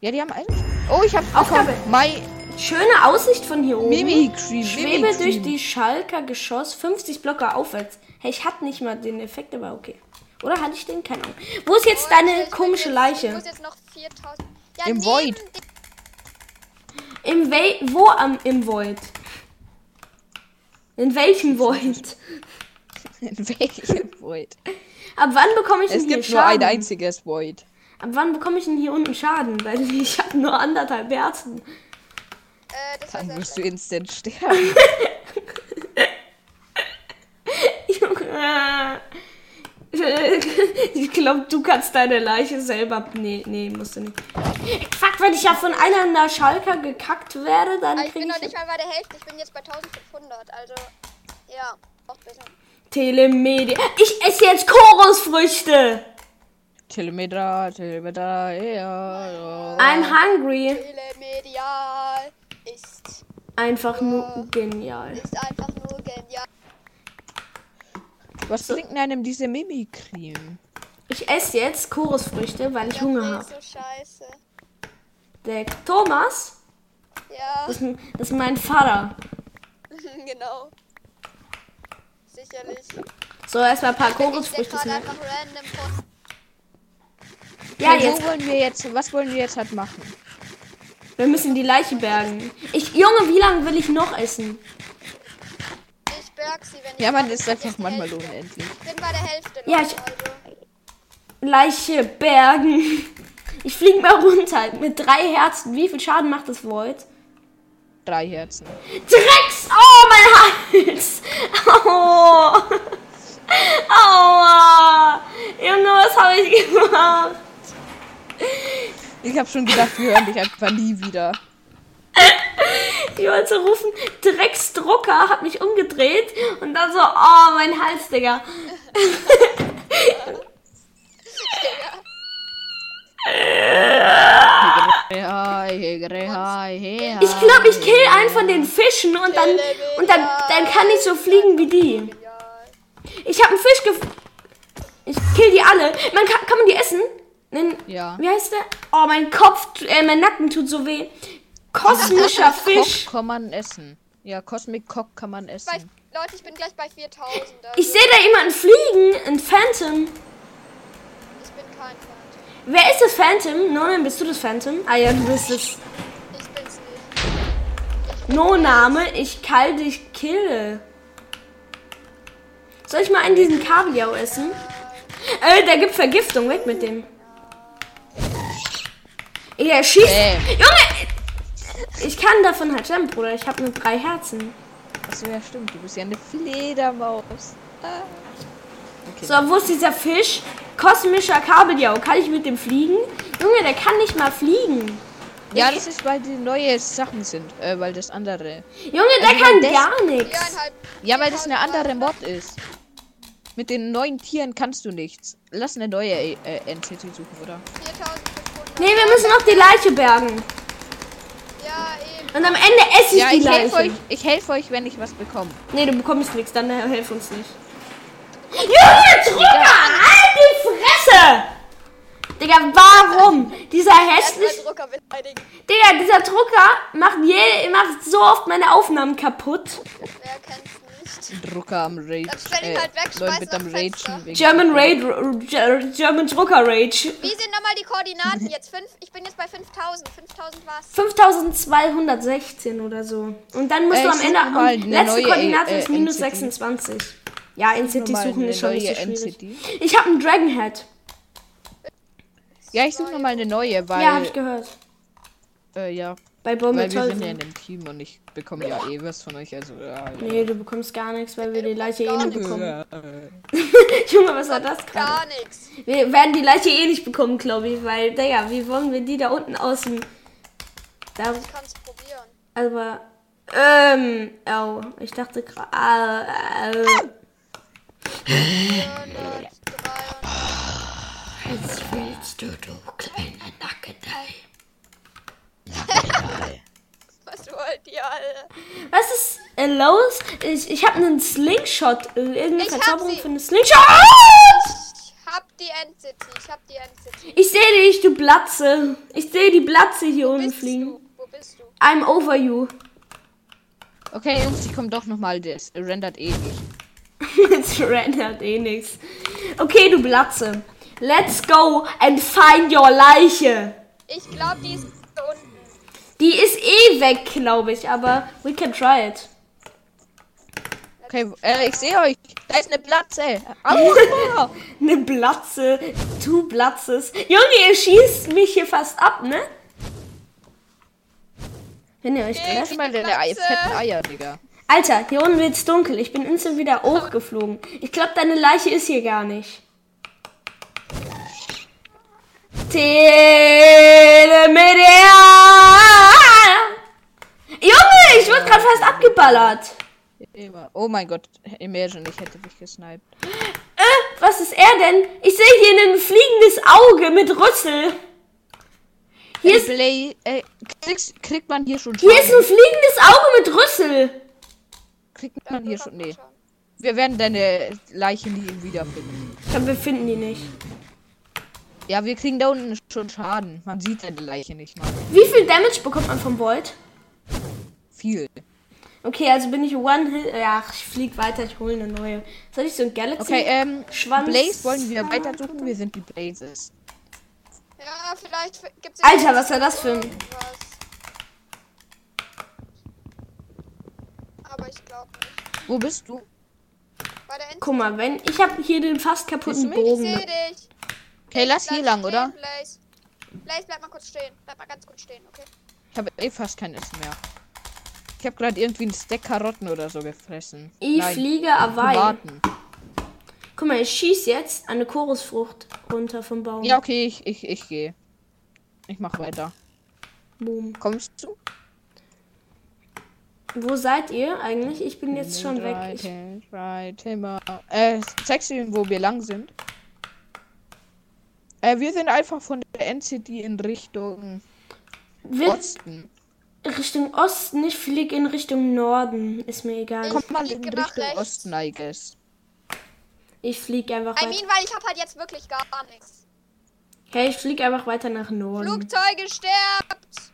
Speaker 3: Ja, die haben eigentlich. Oh, ich hab
Speaker 1: Aufgabe.
Speaker 3: bekommen. My [laughs]
Speaker 1: Schöne Aussicht von hier oben.
Speaker 3: Mimikry.
Speaker 1: Schwebe durch die Schalker Geschoss 50 Blöcke aufwärts. Hey, ich hatte nicht mal den Effekt, aber okay. Oder hatte ich den? Keine Ahnung. Wo ist jetzt
Speaker 2: Und
Speaker 1: deine
Speaker 2: ich bin
Speaker 1: komische
Speaker 2: jetzt, Ich
Speaker 1: Leiche?
Speaker 2: muss jetzt noch 4000. Ja,
Speaker 3: Im
Speaker 2: neben
Speaker 3: Void.
Speaker 2: dem-
Speaker 1: Im Wel wo am im Void? In welchem Void?
Speaker 3: Welchen Void?
Speaker 1: Ab wann bekomme ich denn
Speaker 3: Es
Speaker 1: hier
Speaker 3: gibt nur
Speaker 1: Schaden?
Speaker 3: ein einziges Void.
Speaker 1: Ab wann bekomme ich denn hier unten Schaden? Weil ich habe nur anderthalb Herzen.
Speaker 2: Äh, das war
Speaker 3: Dann
Speaker 2: sehr
Speaker 3: wirst
Speaker 2: schlecht.
Speaker 3: du instant sterben.
Speaker 1: [laughs] Junge. Ich glaube, du kannst deine Leiche selber. Nee, nee, musst du nicht. Fuck, wenn ich ja von einer in der Schalker gekackt werde, dann
Speaker 2: Aber Also ich
Speaker 1: krieg
Speaker 2: bin noch
Speaker 1: ich.
Speaker 2: nicht mal bei der Hälfte. Ich bin jetzt bei 1500. Also, ja. Auch besser.
Speaker 1: Telemedia. Ich esse jetzt Chorusfrüchte.
Speaker 3: Telemeter, Telemeter, ja. ja.
Speaker 1: I'm hungry.
Speaker 2: Telemedial ist,
Speaker 1: Einfach nur genial.
Speaker 2: ist einfach nur genial.
Speaker 3: Was bringt denn einem diese Mimikrim?
Speaker 1: Ich esse jetzt Chorusfrüchte, weil ich
Speaker 2: Ja,
Speaker 1: Hunger
Speaker 2: Felix,
Speaker 1: habe.
Speaker 2: so scheiße.
Speaker 1: Der Thomas,
Speaker 2: Ja,
Speaker 1: das, das ist mein Vater.
Speaker 2: [laughs] genau. Sicherlich.
Speaker 1: So, erstmal ein paar
Speaker 2: Ich denke
Speaker 1: Chorusfrüchte
Speaker 2: gerade
Speaker 1: snacken.
Speaker 2: einfach random von.
Speaker 1: Ja,
Speaker 3: Okay,
Speaker 1: jetzt.
Speaker 3: Wo wollen wir jetzt, was wollen wir jetzt halt machen?
Speaker 1: Wir müssen die Leiche bergen. Ich, Junge, wie lange will ich noch essen?
Speaker 2: Ich berg sie, wenn ich.
Speaker 3: Ja, man
Speaker 2: kann.
Speaker 3: ist einfach
Speaker 2: Jetzt die
Speaker 3: manchmal
Speaker 2: Hälfte.
Speaker 3: unendlich.
Speaker 2: Ich bin bei der Hälfte.
Speaker 1: Ja,
Speaker 2: Leute,
Speaker 1: ich-
Speaker 2: Also.
Speaker 1: Leiche bergen. Ich flieg mal runter mit drei Herzen. Wie viel Schaden macht das Void?
Speaker 3: Drei Herzen.
Speaker 1: Drecks! Oh, mein Hals! [laughs] Oh. Aua! Junge, was habe ich gemacht?
Speaker 3: Ich habe schon gedacht, wir hören dich einfach nie wieder.
Speaker 1: Ich wollte rufen, Drecksdrucker, hab mich umgedreht und dann so, oh, mein Hals, Digga.
Speaker 3: Ja, ja, ja.
Speaker 1: Ich glaube, ich kill einen von den Fischen und dann, und dann, dann kann ich so fliegen wie die. Ich habe einen Fisch gef... Ich kill die alle. Man kann, kann man die essen? Nen-
Speaker 3: Ja.
Speaker 1: Wie heißt der? Oh, mein Kopf, tu- äh, mein Nacken tut so weh. Kosmischer Fisch.
Speaker 3: Cock kann man essen. Ja, Cosmic Cock kann man
Speaker 2: Bei,
Speaker 3: essen.
Speaker 2: Leute, ich bin gleich bei 4000. Also
Speaker 1: Ich sehe da jemanden fliegen, ein Phantom.
Speaker 2: ich bin kein Fan.
Speaker 1: Wer ist das Phantom? Nonan, bist du das Phantom? Ah ja, du bist es.
Speaker 2: Ich bin's nicht.
Speaker 1: No Name, ich kall dich kill. Soll ich mal einen diesen Kabeljau essen? Äh, der gibt Vergiftung, weg mit dem. Er schießt.
Speaker 3: Bäm.
Speaker 1: Junge! Ich kann davon halt sterben, Bruder. Ich habe nur drei Herzen.
Speaker 3: Achso, ja, stimmt. Du bist ja eine Fledermaus. Ah.
Speaker 1: So, wo ist dieser Fisch? Kosmischer Kabeljau. Kann ich mit dem fliegen? Junge, der kann nicht mal fliegen.
Speaker 3: Ja, das ist, weil die neue Sachen sind. Äh, weil das andere.
Speaker 1: Junge, der
Speaker 3: Also,
Speaker 1: kann
Speaker 3: das-
Speaker 1: gar nichts.
Speaker 2: Viereinhalb.
Speaker 3: Ja, weil das eine andere
Speaker 2: 4200.
Speaker 3: Mod ist. Mit den neuen Tieren kannst du nichts. Lass eine neue äh, NCT suchen, oder?
Speaker 2: 4500.
Speaker 1: Nee, wir müssen noch die Leiche bergen.
Speaker 2: Ja, eben.
Speaker 1: Und am Ende esse ich
Speaker 3: Ja,
Speaker 1: die
Speaker 3: ich
Speaker 1: Leiche.
Speaker 3: helfe euch, ich helf euch, wenn ich was bekomme.
Speaker 1: Nee, du bekommst nichts, dann äh, helf uns nicht. Junge, Drucker, halt die Fresse! Digga, warum? Dieser hässliche...
Speaker 2: Erstmal Drucker beleidigen.
Speaker 1: Digga, dieser Drucker macht, je, macht so oft meine Aufnahmen kaputt.
Speaker 2: Wer kennt's
Speaker 1: [laughs]
Speaker 2: nicht?
Speaker 3: Drucker am Rage. äh,
Speaker 2: Dann stell ihn halt weg, schmeiß
Speaker 3: Leute
Speaker 2: ihn
Speaker 3: mit am
Speaker 2: aufs
Speaker 3: Ragen
Speaker 2: Fenster.
Speaker 3: wegen-
Speaker 1: German Raid, Ger- German Drucker Rage.
Speaker 2: Wie sind nochmal die Koordinaten jetzt? Fünf, ich bin jetzt bei 5000. 5000 war's.
Speaker 1: 5216 oder so. Und dann musst
Speaker 3: Äh,
Speaker 1: du
Speaker 3: ich
Speaker 1: am
Speaker 3: such
Speaker 1: Ende.
Speaker 3: mal
Speaker 1: und
Speaker 3: eine
Speaker 1: letzte
Speaker 3: neue,
Speaker 1: Koordinate
Speaker 3: äh,
Speaker 1: ist minus
Speaker 3: NCT.
Speaker 1: 26. Ja, NCT
Speaker 3: mal
Speaker 1: suchen
Speaker 3: eine
Speaker 1: ist schon nicht so
Speaker 3: neue
Speaker 1: schwierig.
Speaker 3: NCT.
Speaker 1: Ich habe einen Dragon Head.
Speaker 3: Ja, ich suche nochmal eine neue, weil.
Speaker 1: Ja, habe ich gehört.
Speaker 3: äh, ja.
Speaker 1: Bei Bombe
Speaker 3: Weil wir
Speaker 1: Teufel.
Speaker 3: sind ja in dem Team und ich bekomme ja eh was von euch, also ja.
Speaker 1: Nee, du bekommst gar nichts, weil wir die Leiche eh nicht bekommen.
Speaker 3: ja.
Speaker 1: [laughs] Junge, was war das gerade?
Speaker 2: Gar nichts.
Speaker 1: Wir werden die Leiche eh nicht bekommen, glaube ich, weil, Digga, wie wollen wir die da unten außen. Da,
Speaker 2: Ich kann's probieren.
Speaker 1: aber. Ähm, au, ich dachte gerade. Ah, äh,
Speaker 2: 403.
Speaker 1: was willst du, du kleiner Nackedei?
Speaker 2: Was wollt ihr alle?
Speaker 1: Was ist äh, los? Ich, ich habe einen Slingshot. äh, Irgendeine
Speaker 2: Ich hab
Speaker 1: Verzauberung
Speaker 2: sie.
Speaker 1: für einen Slingshot. Ah!
Speaker 2: Ich hab die Entity. Ich hab die Entity.
Speaker 1: Ich sehe dich, du Platze. Ich sehe die Platze hier unten
Speaker 2: Bist
Speaker 1: fliegen.
Speaker 2: du? Wo bist du?
Speaker 1: I'm over you.
Speaker 3: Okay, Jungs, ich komme doch nochmal, das rendert eh nicht.
Speaker 1: Jetzt [laughs] rendert eh nix. Okay, du Platze. Let's go and find your Leiche.
Speaker 2: Ich glaube, die ist da unten.
Speaker 1: Die ist eh weg, glaube ich, aber we can try it.
Speaker 3: Okay, äh, ich sehe euch. Da ist eine Platze. Aua!
Speaker 1: Eine Platze, du Platzes. Junge, ihr schießt mich hier fast ab, ne? Wenn ihr euch
Speaker 3: Lass
Speaker 1: trefft.
Speaker 3: mal deine Ei- fetten Eier, Digga.
Speaker 1: Alter, hier unten wird's dunkel. Ich bin instant wieder hochgeflogen. Ich glaube, deine Leiche ist hier gar nicht. Telemedea! Junge, ich wurde gerade fast abgeballert.
Speaker 3: Immer. Oh mein Gott, Imagine, ich hätte dich gesniped.
Speaker 1: Äh, was ist er denn? Ich sehe hier ein fliegendes Auge mit Rüssel. Hier
Speaker 3: Ey,
Speaker 1: ist,
Speaker 3: Play, ey, äh, kriegst, kriegt man hier schon
Speaker 1: hier ist ein fliegendes Auge mit Rüssel.
Speaker 3: Kriegt man hier schon.
Speaker 1: eh.
Speaker 3: Nee. Wir werden deine Leiche nie wiederfinden.
Speaker 1: Ich glaube, wir finden die nicht.
Speaker 3: Ja, wir kriegen da unten schon Schaden. Man sieht deine Leiche nicht mal.
Speaker 1: Wie viel Damage bekommt man vom Volt?
Speaker 3: Viel.
Speaker 1: Okay, also bin ich One Hit. Ja, ach, ich flieg weiter, ich hole eine neue. Soll ich so ein Galaxy?
Speaker 3: Okay, ähm,
Speaker 1: Schwanz.
Speaker 3: Blaze wollen wir weiter suchen. Wir sind die Blazes.
Speaker 2: Ja, vielleicht f- gibt's.
Speaker 1: Alter, was war das für ein-
Speaker 2: irgendwas. Aber ich glaube nicht.
Speaker 3: Wo bist du?
Speaker 2: Bei der Entity.
Speaker 1: Guck mal, wenn ich habe hier den fast kaputten
Speaker 3: Siehst du mich?
Speaker 2: Ich
Speaker 1: Bogen.
Speaker 2: sehe dich.
Speaker 3: Okay, lass
Speaker 2: Bleib
Speaker 3: hier lang,
Speaker 2: stehen,
Speaker 3: oder?
Speaker 2: Blaze. Blaze, bleib mal kurz stehen. Bleib mal ganz kurz stehen, okay?
Speaker 3: Ich habe eh fast kein Essen mehr. Ich habe gerade irgendwie einen Stack Karotten oder so gefressen.
Speaker 1: Ich
Speaker 3: Nein,
Speaker 1: fliege Hawaii.
Speaker 3: Tomaten.
Speaker 1: Guck mal, ich schieß jetzt eine Chorusfrucht runter vom Baum.
Speaker 3: Ja, okay, ich, ich, ich gehe. Ich mach weiter.
Speaker 1: Boom.
Speaker 3: Kommst du?
Speaker 1: Wo seid ihr eigentlich? Ich bin jetzt schon weg. Ich,
Speaker 3: Reiten, reiten wir- Äh, zeigst du ihm, wo wir lang sind? Äh, wir sind einfach von der NCD in Richtung
Speaker 1: wir
Speaker 3: Osten.
Speaker 1: Richtung Osten, ich flieg in Richtung Norden. Ist mir egal.
Speaker 3: Komm mal in
Speaker 2: fliege nach
Speaker 3: Richtung
Speaker 2: rechts.
Speaker 3: Osten, I guess.
Speaker 1: Ich flieg einfach
Speaker 2: I
Speaker 1: weiter.
Speaker 2: mean, weil ich hab halt jetzt wirklich gar nichts.
Speaker 1: Hey, ich flieg einfach weiter nach Norden.
Speaker 2: Flugzeuge sterbt.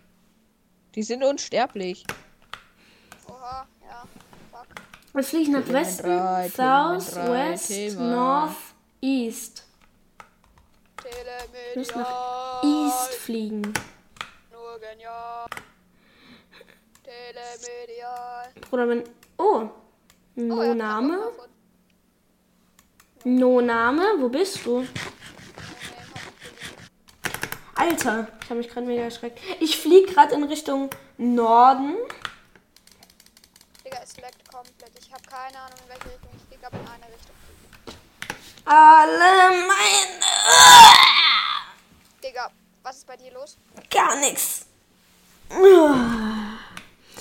Speaker 3: Die sind unsterblich.
Speaker 2: Oha, ja. Fuck.
Speaker 1: Ich flieg nach Westen,
Speaker 3: drei,
Speaker 1: South,
Speaker 3: Themen drei,
Speaker 1: West,
Speaker 3: Themen.
Speaker 1: North, East.
Speaker 2: Telemedia.
Speaker 1: Muss nach East fliegen.
Speaker 2: Nur genial. Telemedial.
Speaker 1: Bruder, wenn. Oh!
Speaker 2: Oh,
Speaker 1: No
Speaker 2: ja,
Speaker 1: Name?
Speaker 2: hab ich auch gefunden.
Speaker 1: No Name? Wo bist du? Alter, ich habe mich gerade mega erschreckt. Ich fliege gerade in Richtung Norden.
Speaker 2: Digga, es leckt komplett. Ich habe keine Ahnung, in welche Richtung ich fliege, aber in eine Richtung.
Speaker 1: Alle meine.
Speaker 2: Digga, was ist bei dir los?
Speaker 1: Gar nichts.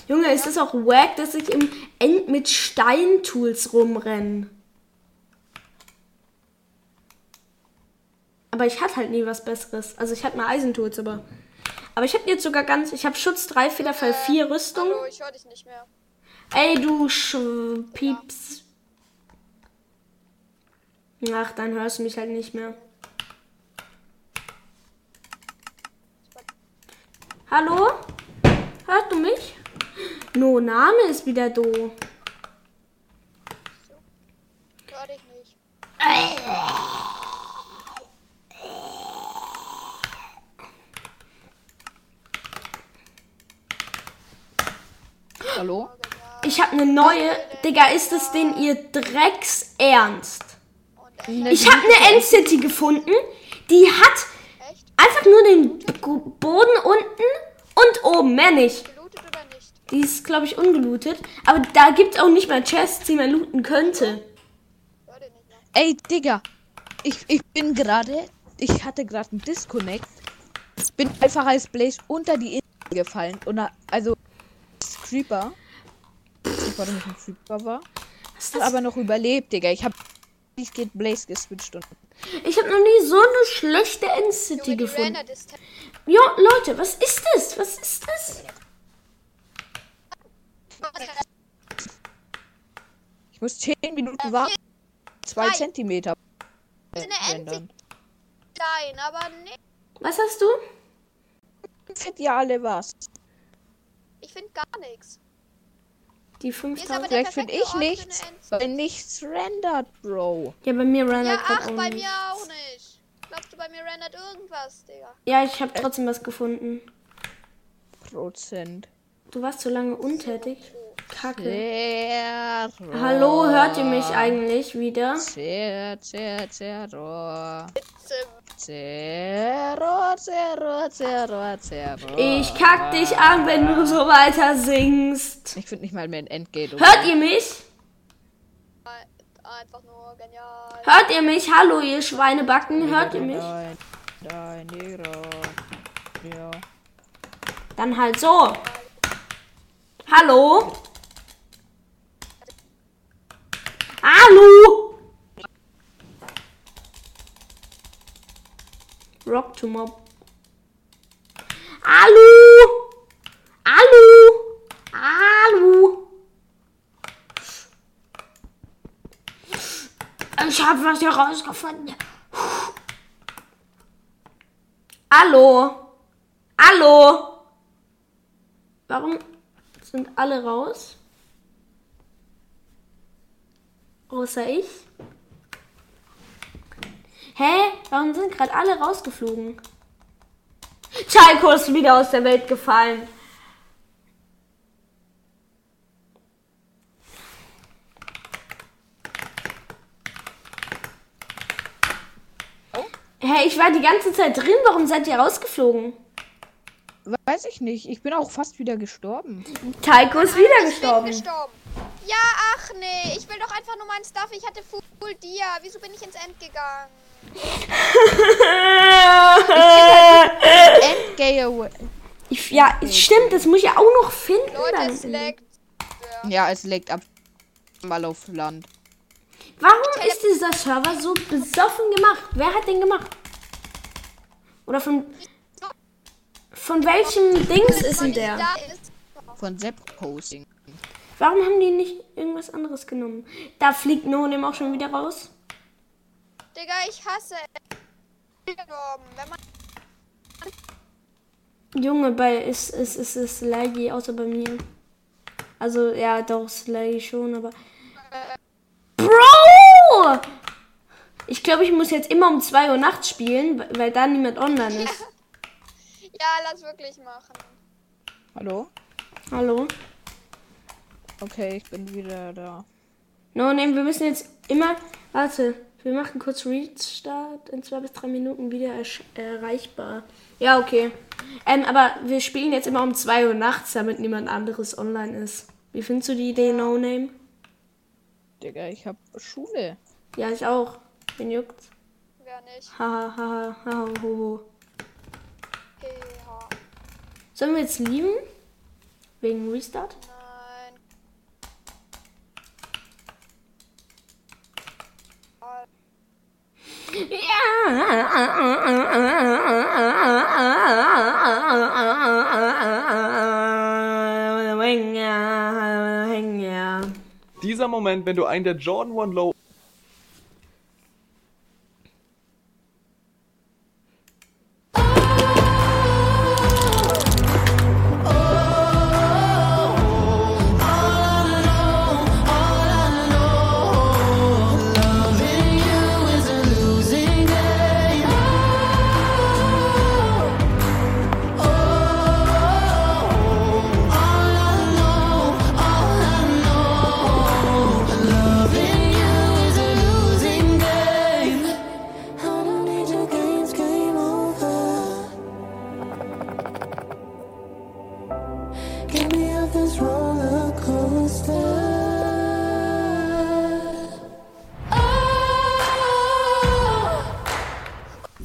Speaker 1: Junge, ist das auch wack, dass ich im End mit Steintools rumrenne. Aber ich hatte halt nie was besseres. Also ich hatte mal Eisentools, aber. Aber ich habe jetzt sogar ganz. Ich habe Schutz 3, Federfall 4, Rüstung.
Speaker 2: Hallo, ich höre dich nicht mehr.
Speaker 1: Ey, du Sch Pieps. Ach, dann hörst du mich halt nicht mehr. Hallo? Hörst du mich? No, Name ist wieder do.
Speaker 3: Hallo?
Speaker 1: Ich habe eine neue. Digga, ist es denn ihr Drecks Ernst? Ich habe eine End-City gefunden, die hat
Speaker 2: Echt?
Speaker 1: einfach nur den B- Boden unten und oben, mehr nicht.
Speaker 2: Gelootet oder nicht?
Speaker 1: Die ist, glaube ich, ungelootet. Aber da gibt's auch nicht mal Chests, die man looten könnte.
Speaker 2: Hör den nicht mehr.
Speaker 3: Ey, Digga. Ich, ich bin gerade. Ich hatte gerade einen Disconnect. Bin einfach als Blaze unter die Insel gefallen. Und da- also. das Creeper. Ich war nicht ein Creeper war.
Speaker 1: Was ist
Speaker 3: Hab
Speaker 1: das?
Speaker 3: aber noch überlebt, Digga. Ich hab. Ich geht Blaze geswitcht und.
Speaker 1: Ich habe noch nie so eine schlechte End-City
Speaker 2: Junge, die
Speaker 1: gefunden.
Speaker 2: Renner Distanz.
Speaker 1: Ja, Leute, was ist das? Was ist das?
Speaker 3: Ich muss 10 Minuten warten. 2
Speaker 2: Drei.
Speaker 3: Zentimeter.
Speaker 2: ist eine
Speaker 3: rendern.
Speaker 2: Nein, aber nee.
Speaker 1: Was hast du?
Speaker 3: Fett ja alle was.
Speaker 2: Ich finde gar nichts.
Speaker 1: Die
Speaker 2: Ist aber
Speaker 1: 5000.
Speaker 2: der
Speaker 3: Vielleicht finde
Speaker 2: perfekte
Speaker 3: ich
Speaker 2: Ort für
Speaker 3: nichts,
Speaker 2: eine End-
Speaker 3: weil nichts rendert, Bro.
Speaker 1: Ja, bei mir
Speaker 2: Ja,
Speaker 1: rendert
Speaker 2: ach,
Speaker 1: gerade halt auch
Speaker 2: bei
Speaker 1: nichts.
Speaker 2: mir auch nicht. Glaubst du, bei mir rendert irgendwas, Digga?
Speaker 1: Ja, ich habe trotzdem was gefunden.
Speaker 3: Prozent.
Speaker 1: Du warst so lange untätig. Kacke.
Speaker 3: Zero.
Speaker 1: Hallo, hört ihr
Speaker 2: Oh.
Speaker 1: mich eigentlich wieder?
Speaker 3: Zero, zero, zero.
Speaker 2: Zim.
Speaker 3: Zero, zero, zero, zero.
Speaker 1: Ich kack dich an, wenn du so weiter singst.
Speaker 3: Ich finde nicht mal mehr ein Endgate. oder?
Speaker 1: Hört ihr mich?
Speaker 2: Einfach nur genial.
Speaker 1: Hört ihr mich? Hallo, ihr Schweinebacken, hört ihr mich?
Speaker 3: Nein, nein, Negro. Ja.
Speaker 1: Dann halt so. Hallo? Hallo? Rock to Mob. Hallo? Hallo? Hallo? Ich habe was herausgefunden. Hallo? Hallo? Warum sind alle raus? Außer ich? Hä? Warum sind gerade alle rausgeflogen? Chalko ist wieder aus der Welt gefallen. Hey, ich war die ganze Zeit drin. Warum seid ihr rausgeflogen?
Speaker 3: Weiß ich nicht. Ich bin auch fast wieder gestorben.
Speaker 1: Taiko ist wieder
Speaker 2: Ich bin
Speaker 1: gestorben.
Speaker 2: gestorben. Ja, ach nee. Ich will doch einfach nur meinen Stuff. Ich hatte Full Dia. Wieso bin ich ins End gegangen?
Speaker 1: [laughs]
Speaker 3: Endgame. away.
Speaker 1: Ich, ja, es stimmt, das muss ich ja auch noch finden.
Speaker 2: Leute,
Speaker 1: dann.
Speaker 2: es laggt.
Speaker 3: Ja, es legt ab. Mal auf Land.
Speaker 1: Warum ist dieser Server so besoffen gemacht? Wer hat den gemacht? Oder von. Von welchem Dings ist denn der?
Speaker 2: Da ist
Speaker 3: Von Sepp Posting.
Speaker 1: Warum haben die nicht irgendwas anderes genommen? Da fliegt Nonem auch schon wieder raus.
Speaker 2: Digga, ich hasse es. Gestorben. Wenn man
Speaker 1: Junge, bei es ist es ist laggy, außer bei mir. Also ja, doch es ist laggy schon, aber Bro! Ich glaube, ich muss jetzt immer um 2 Uhr nachts spielen, weil- weil da niemand online ist.
Speaker 2: ja, lass wirklich machen.
Speaker 3: Hallo?
Speaker 1: Hallo.
Speaker 3: Okay, ich bin wieder da.
Speaker 1: No name, wir müssen jetzt immer warte, wir machen kurz Restart in zwei bis drei Minuten wieder ersch- erreichbar. Ja, okay. Ähm, aber wir spielen jetzt immer um 2 Uhr nachts, damit niemand anderes online ist. Wie findest du die Idee No Name?
Speaker 3: Digga, ich hab Schule.
Speaker 1: Ja, ich auch. Wen juckt's?
Speaker 2: Wer nicht.
Speaker 1: Haha, haha, haha, ho, ho.
Speaker 2: GH.
Speaker 1: Sollen wir jetzt lieben? Wegen Restart?
Speaker 2: Nein.
Speaker 1: Ja.
Speaker 6: Dieser Moment, wenn du einen der Jordan One Low
Speaker 7: All this roller coaster. Oh.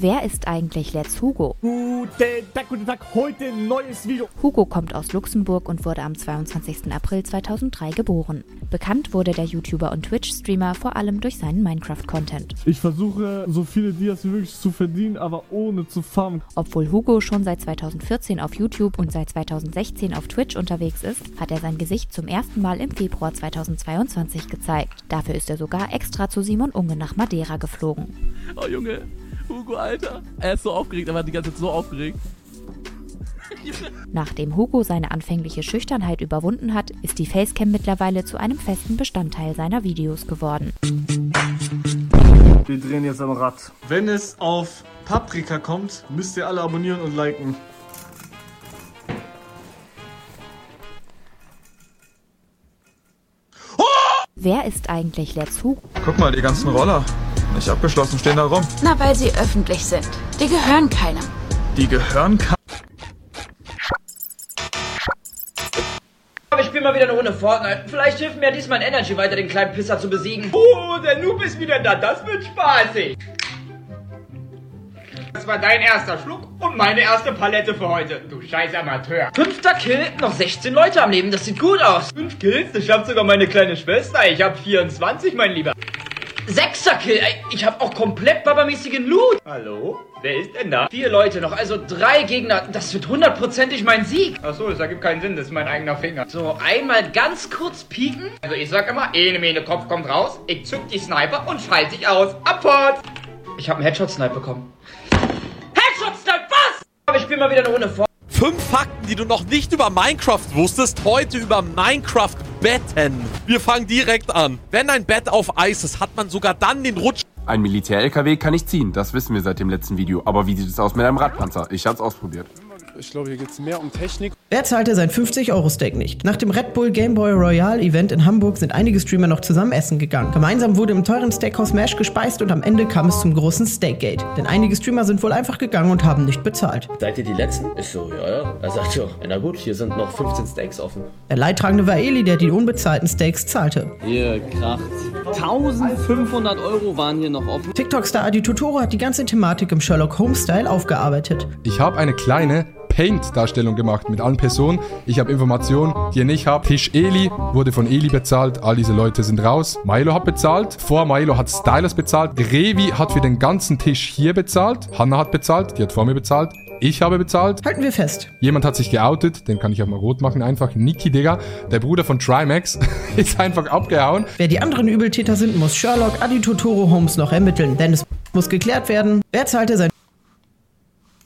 Speaker 8: Wer ist eigentlich Let's Hugo?
Speaker 9: Guten Tag, guten Tag, heute ein neues Video.
Speaker 8: Hugo kommt aus Luxemburg und wurde am 22. April 2003 geboren. Bekannt wurde der YouTuber und Twitch-Streamer vor allem durch seinen Minecraft-Content.
Speaker 9: Ich versuche, so viele Dias wie möglich zu verdienen, aber ohne zu farmen.
Speaker 8: Obwohl Hugo schon seit 2014 auf YouTube und seit 2016 auf Twitch unterwegs ist, hat er sein Gesicht zum ersten Mal im Februar 2022 gezeigt. Dafür ist er sogar extra zu Simon Unge nach Madeira geflogen.
Speaker 9: Oh Junge, Hugo, Alter. Er ist so aufgeregt, er war die ganze Zeit so aufgeregt. [laughs]
Speaker 8: Nachdem Hugo seine anfängliche Schüchternheit überwunden hat, ist die Facecam mittlerweile zu einem festen Bestandteil seiner Videos geworden.
Speaker 9: Wir drehen jetzt am Rad.
Speaker 6: Wenn es auf Paprika kommt, müsst ihr alle abonnieren und liken.
Speaker 8: Wer ist eigentlich Let's Hugo?
Speaker 10: Guck mal, die ganzen Roller. Nicht abgeschlossen, stehen da rum.
Speaker 11: Na, weil sie öffentlich sind. Die gehören keinem.
Speaker 10: Die gehören kann.
Speaker 12: Aber ich spiele mal wieder eine Runde Fortnite. Vielleicht hilft mir diesmal ein Energy weiter, den kleinen Pisser zu besiegen.
Speaker 13: Oh, der Noob ist wieder da. Das wird spaßig. Das war dein erster Schluck und meine erste Palette für heute. Du scheiß Amateur.
Speaker 12: Fünfter Kill, noch 16 Leute am Leben, das sieht gut aus.
Speaker 13: Fünf Kills, das schafft sogar meine kleine Schwester. Ich hab 24, mein Lieber.
Speaker 12: Sechster Kill, ey, ich habe auch komplett babamäßigen Loot.
Speaker 13: Hallo? Wer ist denn da?
Speaker 12: Vier Leute noch, also drei Gegner. Das wird hundertprozentig mein Sieg.
Speaker 13: Achso, das ergibt keinen Sinn. Das ist mein eigener Finger.
Speaker 12: So, einmal ganz kurz pieken.
Speaker 13: Also ich sag immer, ene mene Kopf kommt raus. Ich zück die Sniper und schalte dich aus. Abfahrt!
Speaker 12: Ich habe einen Headshot-Snipe bekommen. Headshot-Snipe, was? Aber ich spiele mal wieder eine Runde vor.
Speaker 14: Fünf Fakten, die du noch nicht über Minecraft wusstest, heute über Minecraft Betten. Wir fangen direkt an. Wenn ein Bett auf Eis ist, hat man sogar dann den Rutsch.
Speaker 15: Ein Militär-LKW kann ich ziehen, das wissen wir seit dem letzten Video. Aber wie sieht es aus mit einem Radpanzer? Ich hab's ausprobiert.
Speaker 16: Ich glaube, hier geht es mehr um Technik.
Speaker 17: Wer zahlte sein 50-Euro-Steak nicht? Nach dem Red Bull Game Boy Royal Event in Hamburg sind einige Streamer noch zusammen essen gegangen. Gemeinsam wurde im teuren Steakhouse Mash gespeist und am Ende kam es zum großen Steakgate. Denn einige Streamer sind wohl einfach gegangen und haben nicht bezahlt.
Speaker 18: Seid ihr die Letzten? Ich so, ja, ja. Er sagt ja, na gut, hier sind noch 15 Steaks offen.
Speaker 17: Der Leidtragende war Eli, der die unbezahlten Steaks zahlte.
Speaker 19: Hier kracht. 1500 Euro waren hier noch offen.
Speaker 17: TikTok-Star Adi Totoro hat die ganze Thematik im Sherlock Holmes-Style aufgearbeitet.
Speaker 20: Ich habe eine kleine Paint-Darstellung gemacht mit allen Personen. Ich habe Informationen, die ihr nicht habt. Tisch Eli wurde von Eli bezahlt. All diese Leute sind raus. Milo hat bezahlt. Vor Milo hat Stylus bezahlt. Revi hat für den ganzen Tisch hier bezahlt. Hanna hat bezahlt. Die hat vor mir bezahlt. Ich habe bezahlt.
Speaker 17: Halten wir fest.
Speaker 20: Jemand hat sich geoutet, den kann ich auch mal rot machen, einfach. Niki, Digga, der Bruder von Trimax, [laughs] ist einfach abgehauen.
Speaker 17: Wer die anderen Übeltäter sind, muss Sherlock, Adi Totoro, Holmes noch ermitteln, denn es muss geklärt werden, wer zahlte sein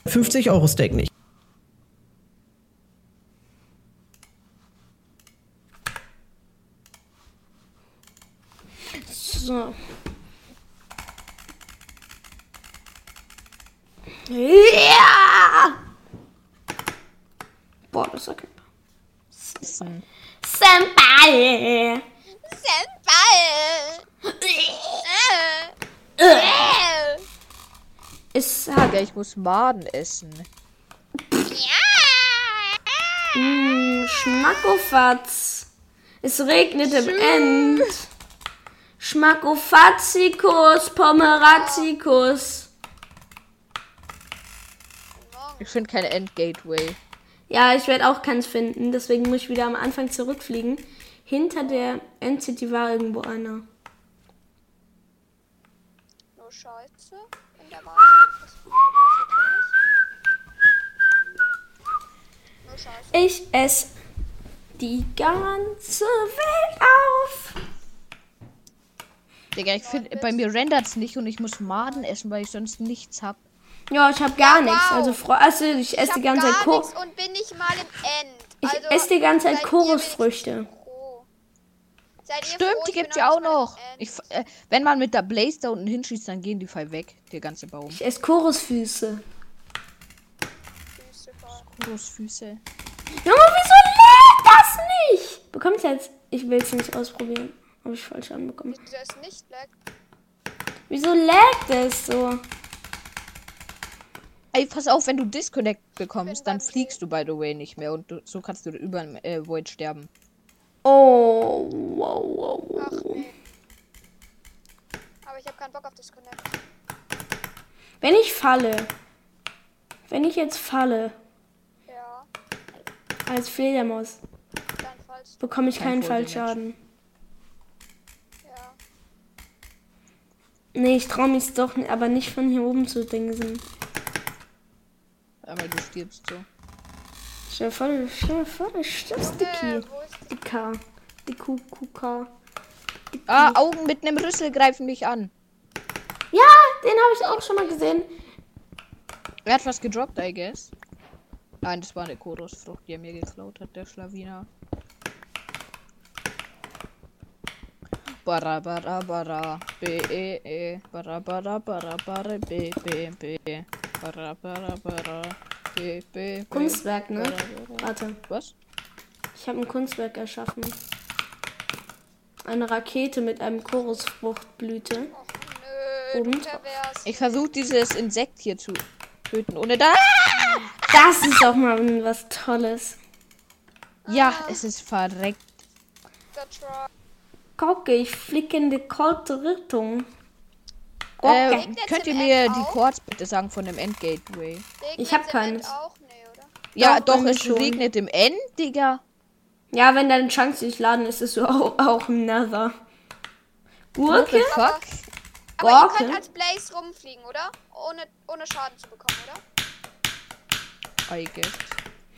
Speaker 17: 50-Euro-Steak nicht.
Speaker 1: So. Ja! Boah, das ist okay.
Speaker 3: Hm.
Speaker 1: Senpai!
Speaker 2: Senpai!
Speaker 1: Es hat.
Speaker 3: Ja, ich muss Maden essen.
Speaker 1: Mm, Schmackofatz. Es regnet im End. Schmackofatzikus, Pomeratzikus.
Speaker 3: Ich finde kein Endgateway.
Speaker 1: Ja, ich werde auch keins finden, deswegen muss ich wieder am Anfang zurückfliegen. Hinter der End-City war irgendwo einer.
Speaker 2: Nur Scheiße. In der Wahl. Das funktioniert nicht. Nur Scheiße.
Speaker 1: Ich esse die ganze Welt auf.
Speaker 3: Digga, ich find, bei mir rendert's nicht und ich muss Maden essen, weil ich sonst nichts hab.
Speaker 1: Ja, ich habe gar nichts.
Speaker 2: wow.
Speaker 1: Also, Fro also ich
Speaker 2: Ich
Speaker 1: esse
Speaker 2: hab
Speaker 1: die ganze Zeit
Speaker 2: gar
Speaker 1: Ko
Speaker 2: nix und bin nicht mal im End.
Speaker 1: Ich
Speaker 2: also,
Speaker 1: esse die ganze Zeit
Speaker 2: seid ihr
Speaker 1: Chorusfrüchte.
Speaker 2: wenigstens froh? Seid ihr
Speaker 3: Stimmt,
Speaker 2: froh,
Speaker 3: die
Speaker 2: ich bin
Speaker 3: gibt's ja auch
Speaker 2: nicht mal
Speaker 3: noch.
Speaker 2: im End?
Speaker 3: Ich, f- äh, wenn man mit der Blaze da unten hinschießt, dann gehen die voll weg, der ganze Baum.
Speaker 1: Ich esse Chorusfüße.
Speaker 3: Großfüße.
Speaker 1: Junge, wieso lädt das nicht? Bekommt's jetzt? Ich will's nicht ausprobieren. Habe ich falsch anbekommen.
Speaker 2: Wieso es nicht leckt?
Speaker 1: Wieso lädt es so?
Speaker 3: Ey, pass auf, wenn du disconnect bekommst, dann fliegst du, by the way, nicht mehr und du, so kannst du über dem äh, Void sterben.
Speaker 1: Oh, wow, wow, wow.
Speaker 2: Aber ich habe keinen Bock auf Disconnect.
Speaker 1: Wenn ich falle, wenn ich jetzt falle,
Speaker 2: Ja,
Speaker 1: als Fledermaus,
Speaker 2: dann falsch.
Speaker 1: bekomme ich
Speaker 2: Kein
Speaker 1: keinen
Speaker 2: Fall
Speaker 1: Fallschaden.
Speaker 2: Ja.
Speaker 1: Nee, ich traue mich doch, ni- aber nicht von hier oben zu dingsen.
Speaker 3: Aber du stirbst so.
Speaker 1: Stell dir vor, du- stell dir vor, du
Speaker 2: Äh,
Speaker 1: stirbst, Dicky. Die K. Die Kuh, Kuh, K.
Speaker 3: Ah, Augen mit einem Rüssel greifen mich an.
Speaker 1: Ja, den habe ich auch schon mal gesehen.
Speaker 3: Er hat was gedroppt, I guess. Nein, das war eine Chorusfrucht, die er mir geklaut hat, der Schlawiner. Bara bara bara b e e bara bara bara bara b b b bara bara bara b b b
Speaker 1: Kunstwerk, ne?
Speaker 3: Bara, bara.
Speaker 1: Warte.
Speaker 3: Was?
Speaker 1: Ich habe ein Kunstwerk erschaffen. Eine Rakete mit einem Chorusfruchtblüte. Und?
Speaker 3: Ich versuche dieses Insekt hier zu töten, ohne da.
Speaker 1: Das ist auch mal was Tolles.
Speaker 3: Ja, es ist verreckt.
Speaker 1: Gucke, ich fliege in die kalte Richtung.
Speaker 3: Äh,
Speaker 1: Gucke.
Speaker 3: könnt ihr mir die Chords bitte sagen von dem Endgateway?
Speaker 1: Ich habe keines.
Speaker 3: Ja,
Speaker 1: Doch,
Speaker 3: doch,
Speaker 1: bei mir
Speaker 3: es
Speaker 1: schon.
Speaker 3: regnet im End, Digga.
Speaker 1: Ja, wenn deine Chance nicht laden ist, ist du auch, auch ein Nether.
Speaker 3: What the
Speaker 1: Gurke?
Speaker 3: fuck?
Speaker 2: Aber ihr könnt
Speaker 1: Gurke?
Speaker 2: als Blaze rumfliegen, oder? Ohne, ohne Schaden zu bekommen, oder?
Speaker 3: I guess.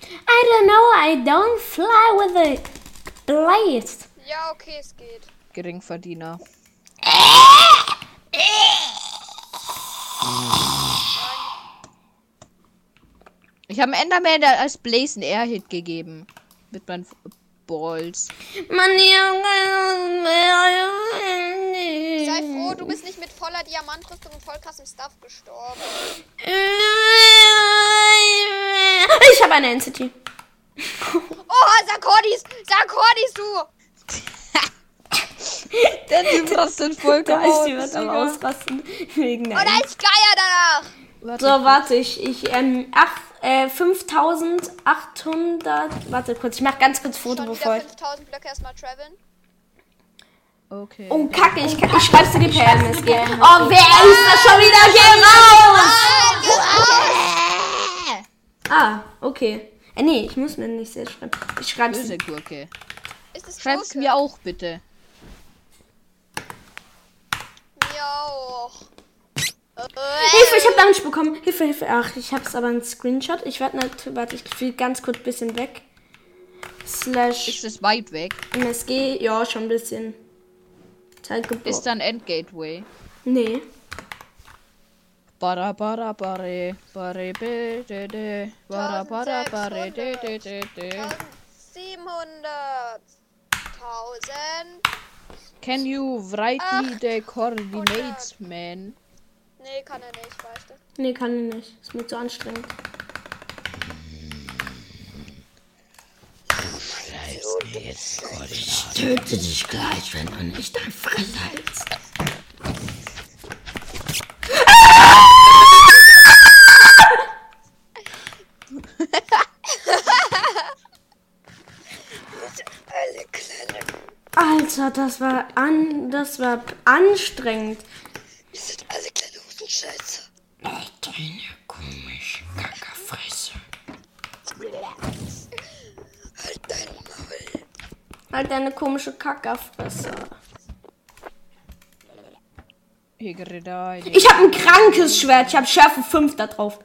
Speaker 1: I don't know, I don't fly with a blade.
Speaker 2: Ja, okay, es geht.
Speaker 3: Geringverdiener. Ich habe Enderman da als Blaze einen Airhit gegeben. Mit meinen F- Balls.
Speaker 1: Mann,
Speaker 2: Sei
Speaker 1: Sei
Speaker 2: froh, du bist nicht mit voller Diamantrüstung und voll krassem Stuff gestorben.
Speaker 1: Ich habe eine Entity.
Speaker 2: Oh, Sarkodis! Sarkodis, du!
Speaker 3: Der [laughs] Typ rastet voll
Speaker 1: Da ist die
Speaker 3: aus,
Speaker 1: wird aber
Speaker 3: Digga.
Speaker 1: ausrasten. [laughs] Wegen der
Speaker 2: Und da ist Geier danach!
Speaker 1: So, warte, ich, ich, ähm, ach, äh, 5800, warte kurz, ich mach ganz kurz Foto, bevor
Speaker 2: Wieder
Speaker 1: ich,
Speaker 2: 5000 Blöcke erstmal traveln.
Speaker 3: Okay.
Speaker 1: oh, kacke, ich, ich schreib's dir die per MSG. Oh, wer ist das schon wieder hier raus? Ah, okay. Äh, nee, ich muss mir nicht selbst schreiben. Ich schreib's
Speaker 3: Böse
Speaker 1: dir.
Speaker 3: Gurke. Schreib's mir auch bitte.
Speaker 2: Ja, auch. Äh,
Speaker 1: Hilfe, ich hab Damage bekommen. Hilfe, Hilfe. Ach, ich hab's aber einen Screenshot. Ich werde natürlich, warte, ich flieg ganz kurz ein bisschen weg. Slash. Ist
Speaker 3: es weit weg?
Speaker 1: MSG, ja, schon ein bisschen. Zeit gebraucht.
Speaker 3: Ist dann Endgateway.
Speaker 1: Nee.
Speaker 3: Bara bara bare bare be de de bara bara bare de de de de.
Speaker 2: 700. 1000.
Speaker 3: Can you write me
Speaker 1: oh
Speaker 3: the coordinates, man?
Speaker 2: Nee, kann er nicht, weißt du.
Speaker 1: Nee, kann ich nicht. Ist mir zu anstrengend.
Speaker 7: Ich töte dich gleich, wenn du nicht dein Fresse hältst.
Speaker 1: Alter, das war an, das war p- anstrengend.
Speaker 7: Wir sind alle kleine Hosenscheiße. Oh, deine komische Kackerfresse. Halt dein Maul.
Speaker 1: Halt deine komische Kackerfresse. Ich hab ein krankes Schwert. Ich hab Schärfe 5 da drauf.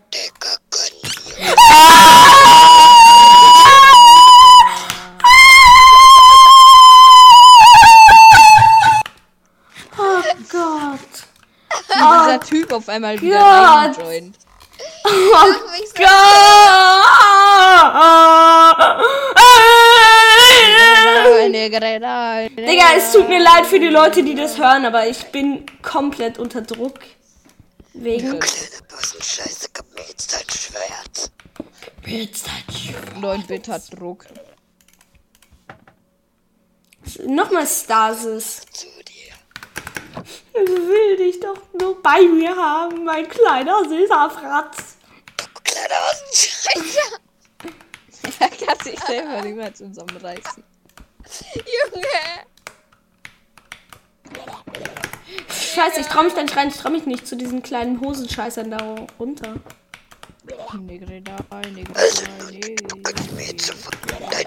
Speaker 1: Oh Gott.
Speaker 3: Wie dieser Typ auf einmal wieder
Speaker 1: Oh Gott.
Speaker 3: reinjoint.
Speaker 1: Oh Gott! Digga, es tut mir leid für die Leute, die das hören, aber ich bin komplett unter Druck. Wegen.
Speaker 7: Hosenscheiße, gib mir jetzt dein Schwert. Gib mir jetzt dein Schwert.
Speaker 3: 9-Bit hat [laughs] Druck.
Speaker 1: Nochmal Stasis. Ich will dich doch nur bei mir haben, mein kleiner süßer Fratz.
Speaker 7: Kleiner Hosenscheiße.
Speaker 2: Alter!
Speaker 3: Da kann sich selber niemand zusammenreißen.
Speaker 2: Junge!
Speaker 1: Scheiße, ich trau mich da nicht rein, ich trau mich nicht zu diesen kleinen Hosenscheißern da runter.
Speaker 3: Negre da, negre
Speaker 1: Also,
Speaker 3: da,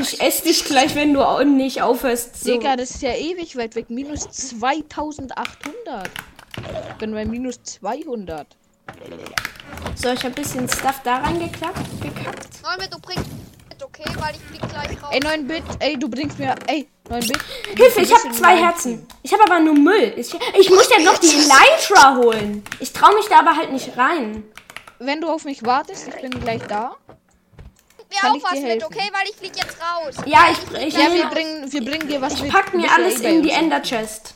Speaker 1: Ich esse dich gleich, wenn du au- nicht aufhörst. So.
Speaker 3: Digga, das ist ja ewig weit weg. Minus 2800. Ich bin bei minus 200.
Speaker 1: So, ich hab ein bisschen Stuff da reingeklappt, gekackt.
Speaker 2: Neunbit, du bringst mit, okay? Weil ich flieg gleich raus.
Speaker 3: Ey, 9 Bit, ey, du bringst mir. Ey, 9 Bit.
Speaker 1: Hilfe, ich habe zwei Herzen. Ich habe aber nur Müll. Ich, ich muss ja noch die Elytra holen. Ich traue mich da aber halt nicht rein.
Speaker 3: Wenn du auf mich wartest, ich bin gleich da.
Speaker 2: Mir
Speaker 3: Kann
Speaker 2: auch
Speaker 3: ich
Speaker 2: was
Speaker 3: dir
Speaker 2: mit,
Speaker 3: helfen?
Speaker 2: okay? Weil ich flieg jetzt raus.
Speaker 1: Ja, ich- ich-
Speaker 3: ja, wir
Speaker 1: ich-
Speaker 3: bringen, wir bringen dir was
Speaker 1: Ich
Speaker 3: mit.
Speaker 1: pack
Speaker 3: Du
Speaker 1: mir
Speaker 3: bist ja
Speaker 1: alles
Speaker 3: eh bei
Speaker 1: in die
Speaker 3: uns.
Speaker 1: Ender Chest.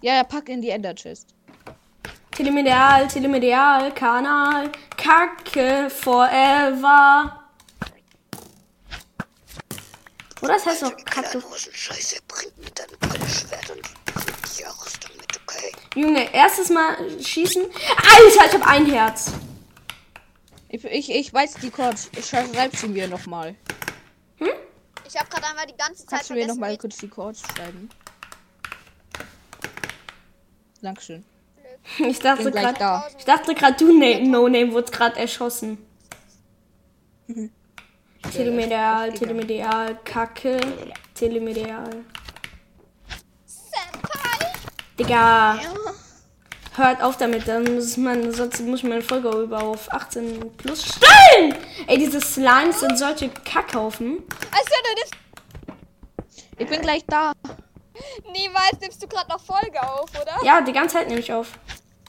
Speaker 3: Ja, ja, pack in die Ender Chest.
Speaker 1: Telemedial, Telemedial, Kanal, Kacke, Forever. Oder es heißt noch Kacke.
Speaker 7: Scheiße, bringt mir dein geiles Schwert und kriegt die Ausrüstung mit, okay?
Speaker 1: Junge, erstes Mal schießen. Alter, ich habe ein Herz. [laughs]
Speaker 3: Ich, ich, ich weiß die Chords. Ich schreib sie mir nochmal.
Speaker 2: Ich hab grad einmal die ganze Zeit
Speaker 3: Kannst du mir
Speaker 2: vergessen,
Speaker 3: nochmal kurz die Chords schreiben? Dankeschön.
Speaker 1: Ich dachte
Speaker 3: Bin gleich da.
Speaker 1: gerade, ich dachte gerade, du Na- No Name wurde gerade erschossen. Telemedial, Telemedial, Kacke, Telemedial. Digga, hört auf damit, dann muss man, sonst muss ich meine Folge über auf 18 plus stellen. Ey, diese Slimes sind solche Kackhaufen.
Speaker 2: Also, du nimmst
Speaker 3: Ich bin gleich da.
Speaker 2: niemals nimmst du gerade noch Folge auf, oder?
Speaker 1: Ja, die ganze Zeit nehme ich auf.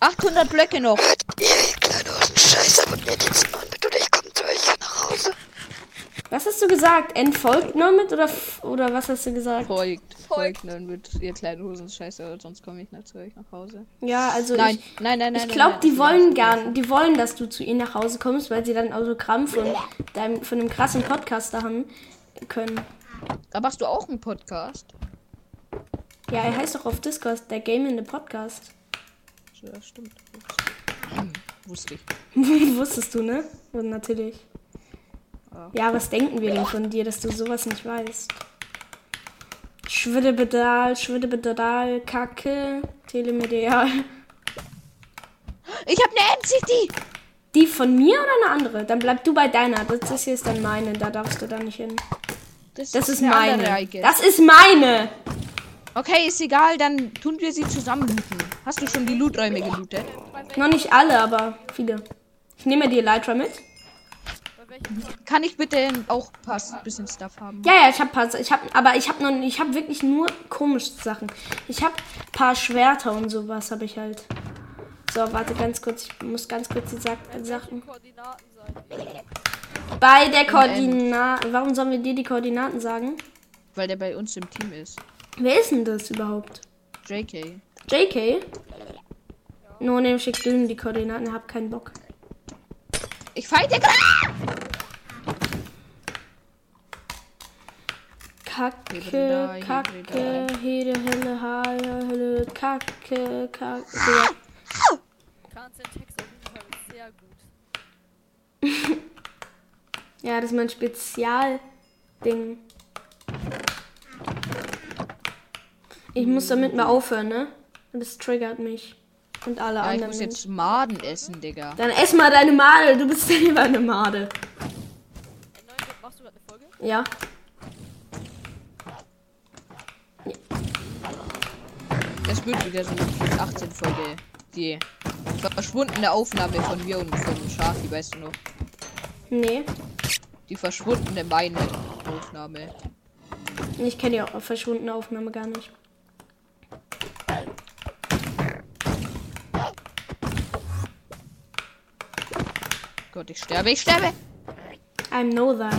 Speaker 3: 800 Blöcke noch.
Speaker 7: Scheiße, aber mir geht's nur mit und ich komm zu euch nach Hause.
Speaker 1: Was hast du gesagt? Entfolgt nur mit oder, f- oder was hast du gesagt?
Speaker 3: Folgt. Folgt, dann wird ihr kleinen Hosenscheiße, sonst komme ich nicht zu euch nach Hause.
Speaker 1: Ja, also
Speaker 3: nein,
Speaker 1: ich,
Speaker 3: nein, nein, nein.
Speaker 1: ich glaube,
Speaker 3: nein,
Speaker 1: die
Speaker 3: nein.
Speaker 1: wollen gar, die wollen, dass du zu ihnen nach Hause kommst, weil sie dann ein Autogramm von deinem, von einem krassen Podcaster haben können.
Speaker 3: Da machst du auch einen Podcast.
Speaker 1: Ja, er heißt doch auf Discord der Game in the Podcast. [laughs]
Speaker 3: Ja, stimmt. Wusste ich.
Speaker 1: Wusstest du, ne? Und natürlich.
Speaker 3: Ja.
Speaker 1: Ja, was denken wir denn von dir, dass du sowas nicht weißt? Schwiddebedal, Schwiddebedal, Kacke, Telemedial.
Speaker 3: Ich hab eine MCD!
Speaker 1: Die von mir oder eine andere? Dann bleib du bei deiner. Das, das hier ist dann meine. Da darfst du dann nicht hin. Das, ist
Speaker 3: eine
Speaker 1: meine.
Speaker 3: andere, I guess.
Speaker 1: das ist meine.
Speaker 3: Okay, ist egal, dann tun wir sie zusammen looten. Hast du schon die Looträume gelootet?
Speaker 1: Noch nicht alle, aber viele. Ich nehme die Elytra mit.
Speaker 3: Kann ich bitte auch ein paar ein bisschen Stuff haben?
Speaker 1: Ja, ja, ich hab paar, ich hab, aber ich hab noch, ich hab wirklich nur komische Sachen. Ich hab paar Schwerter und sowas habe ich halt. So, warte ganz kurz, ich muss ganz kurz die Sa Sachen. Bei der Koordinate, warum sollen wir dir die Koordinaten sagen?
Speaker 3: Weil der bei uns im Team ist.
Speaker 1: Wer ist denn das überhaupt?
Speaker 3: JK.
Speaker 1: JK? No, ne, schick du ihm die Koordinaten, hab keinen Bock.
Speaker 3: Ich fighte gerade!
Speaker 1: Kacke, Kacke, Hede, Helle, Haie, Helle, Kacke, Kacke.
Speaker 5: Kannst den Text auf jeden Fall sehr gut.
Speaker 1: Ja, das ist mein Spezialding. Ich muss damit mal aufhören, ne? Und das triggert mich. Und alle
Speaker 3: Ah, ich
Speaker 1: anderen.
Speaker 3: muss
Speaker 1: Menschen.
Speaker 3: jetzt Maden essen, Digga.
Speaker 1: Dann ess mal deine Made, du bist selber eine Made.
Speaker 5: Machst du gerade eine Folge?
Speaker 1: Ja.
Speaker 3: Das wird wieder so eine 18 Folge. Die verschwundene Aufnahme von mir und von Sharky, weißt du noch?
Speaker 1: Nee.
Speaker 3: Die verschwundene meine Aufnahme.
Speaker 1: Ich kenne die auch- verschwundene Aufnahme gar nicht.
Speaker 3: Gott, ich sterbe, ich sterbe!
Speaker 1: I know that.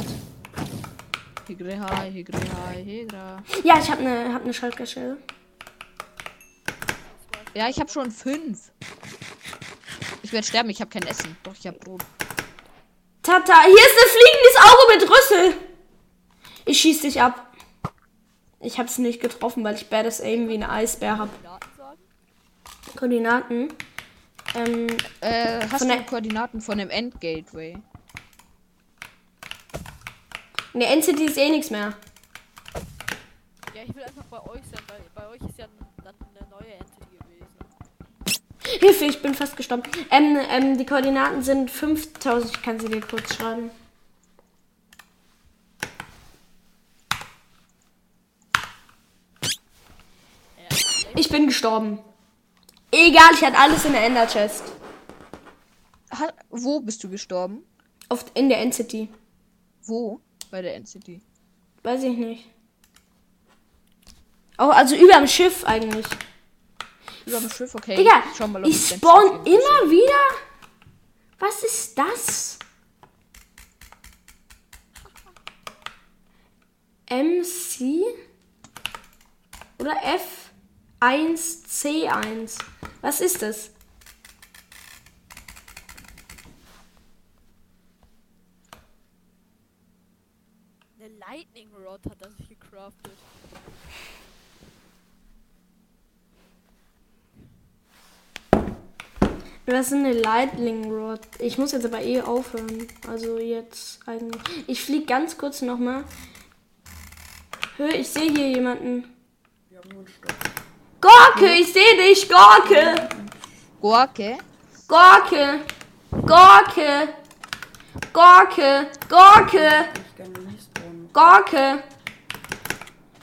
Speaker 3: Higre, hi, higre, hi, higre.
Speaker 1: Ja, ich habe eine hab ne Schaltgeschelle.
Speaker 3: Ja, ich habe schon fünf. Ich werde sterben, ich habe kein Essen. Doch, ich habe Brot.
Speaker 1: Tata, hier ist ein fliegendes Auge mit Rüssel. Ich schieß dich ab. Ich hab's nicht getroffen, weil ich Badass Aim wie ein Eisbär hab. Koordinaten. Ähm,
Speaker 3: äh, hast
Speaker 1: von
Speaker 3: du
Speaker 1: der-
Speaker 3: die Koordinaten von dem Endgateway?
Speaker 1: Ne, NCT ist eh nichts mehr.
Speaker 5: Ja, ich will einfach bei euch sein, weil bei euch ist ja dann eine neue Entity gewesen.
Speaker 1: Hilfe, ich bin fast gestorben. Ähm, ähm, die Koordinaten sind 5000. Ich kann sie dir kurz schreiben. Ich bin gestorben. Egal, ich hatte alles in der Ender Chest.
Speaker 3: wo bist du gestorben?
Speaker 1: Oft in der NCT.
Speaker 3: Wo? Bei der NCT.
Speaker 1: Weiß ich nicht. Oh, also über dem Schiff eigentlich.
Speaker 3: Über dem Schiff, okay.
Speaker 1: Digga,
Speaker 3: Schau mal, ob
Speaker 1: ich
Speaker 3: es denn-
Speaker 1: spawn immer wieder. Was ist das? MC oder F1C1. Was ist das?
Speaker 5: Eine Lightning Rod hat er sich gecraftet.
Speaker 1: Das ist eine Lightning Rod. Ich muss jetzt aber eh aufhören. Also jetzt eigentlich. Ich flieg ganz kurz nochmal. Hör, ich sehe hier jemanden. Gorke, ich sehe dich, Gorke!
Speaker 3: Gorke?
Speaker 1: Gorke! Gorke! Gorke! Gorke! Gorke!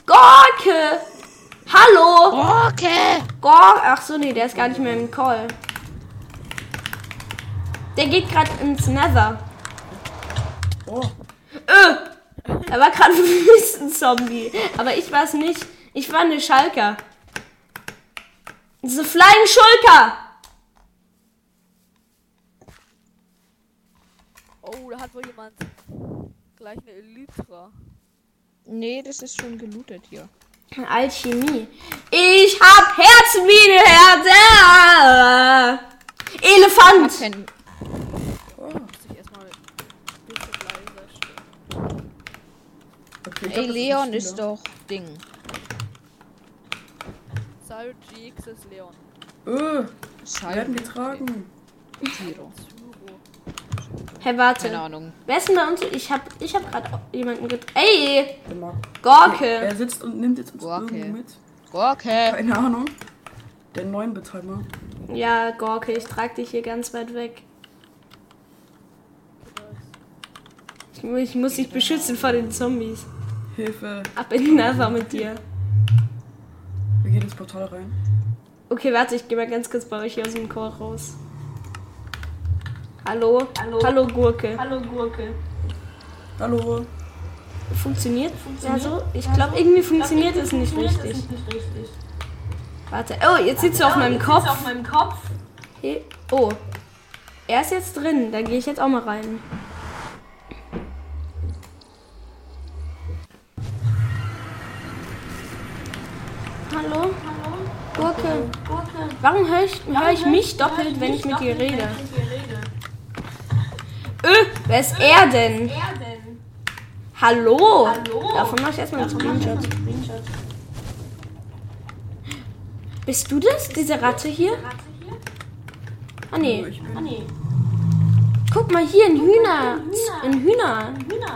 Speaker 1: Gorke! Hallo!
Speaker 3: Gorke!
Speaker 1: Gorke! Ach so, nee, der ist gar nicht mehr im Call. Der geht gerade ins Nether. Oh. Öh! Da war [laughs] gerade ein Wüstenzombie. Aber ich war es nicht. Ich war eine Schalker. Diese Flying Schulker!
Speaker 5: Oh, da hat wohl jemand gleich eine Elytra.
Speaker 3: Nee, das ist schon gelootet hier.
Speaker 1: Alchemie. Ich hab Herzmine, Herz. Elefant.
Speaker 3: Ey, Leon ist doch Ding.
Speaker 5: Cyrus GX ist Leon.
Speaker 21: Äh.
Speaker 3: Öh,
Speaker 5: werden
Speaker 3: getragen. Tiro.
Speaker 1: Hey, warte.
Speaker 3: Keine Ahnung.
Speaker 1: Wer ist denn bei uns? Ich hab, ich hab grad jemanden get... Ey! Gorke!
Speaker 8: Äh,
Speaker 21: Er sitzt und nimmt jetzt uns irgendwo mit.
Speaker 3: Gorke!
Speaker 21: Keine Ahnung. Der neuen Betreiber.
Speaker 1: Ja, Gorke, ich trag dich hier ganz weit weg. Ich, mu- ich muss dich beschützen vor den Zombies.
Speaker 21: Hilfe.
Speaker 1: Ab in den Nether mit dir.
Speaker 21: Wir gehen ins Portal rein.
Speaker 1: Okay, warte, ich gehe mal ganz kurz bei euch hier aus dem Chor raus. Hallo? Hallo, Gurke. Hallo Gurke.
Speaker 21: Hallo.
Speaker 1: Funktioniert? Also, ich glaube, irgendwie funktioniert es nicht richtig. Warte, oh, jetzt sitzt du auf meinem Kopf.
Speaker 22: auf meinem Kopf.
Speaker 1: He- Oh. Er ist jetzt drin, da gehe ich jetzt auch mal rein. Hallo? Gurke. Warum höre ich, hör ich mich doppelt, wenn ich mit dir rede? Öh, wer ist er denn? Hallo?
Speaker 22: Hallo?
Speaker 1: Davon mache ich erstmal einen Screenshot. Bist du das, diese Ratte hier? Ah nee.
Speaker 22: Ah, nee.
Speaker 1: Guck mal hier, ein Hühner. Ein Hühner.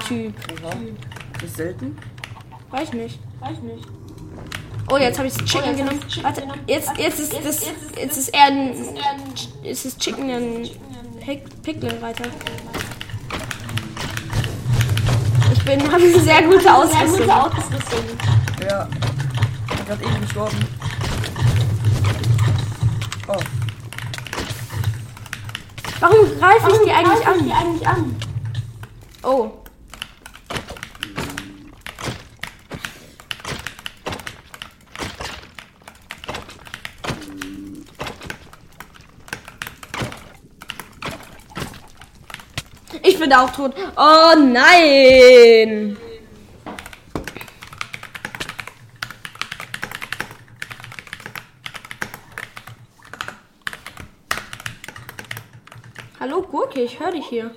Speaker 1: Typ.
Speaker 21: Das ist selten.
Speaker 1: Weiß nicht.
Speaker 22: Weiß nicht.
Speaker 1: Oh, jetzt habe ich das Chicken
Speaker 22: Oh, jetzt hab
Speaker 1: genommen.
Speaker 22: ich's Chicken
Speaker 1: Warte,
Speaker 22: genommen.
Speaker 1: jetzt,
Speaker 22: Warte,
Speaker 1: jetzt ist
Speaker 22: jetzt-
Speaker 1: das.
Speaker 22: jetzt ist
Speaker 1: Jetzt
Speaker 22: das-
Speaker 1: ist er ein.
Speaker 22: jetzt ist er ein-
Speaker 1: Ist das Chicken ein Pick- Pickle weiter? Ich bin. [laughs] habe eine sehr gute
Speaker 22: Hab eine sehr
Speaker 1: Ausrüstung.
Speaker 22: gute Ausrüstung.
Speaker 21: Ja. Ich bin gerade eben gestorben. Oh.
Speaker 1: Warum greife ich
Speaker 22: Warum
Speaker 1: die
Speaker 22: greife
Speaker 1: eigentlich
Speaker 22: ich
Speaker 1: an?
Speaker 22: die eigentlich an?
Speaker 1: Oh. Ich bin auch tot. Oh nein! Hallo Gurke, ich höre dich hier.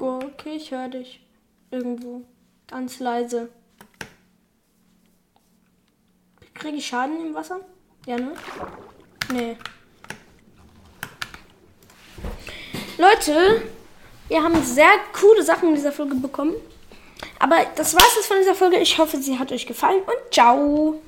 Speaker 1: Okay, ich höre dich. Irgendwo. Ganz leise. Kriege ich Schaden im Wasser? Ja, ne? Nee. Leute, wir haben sehr coole Sachen in dieser Folge bekommen. Aber das war's jetzt von dieser Folge. Ich hoffe, sie hat euch gefallen und ciao.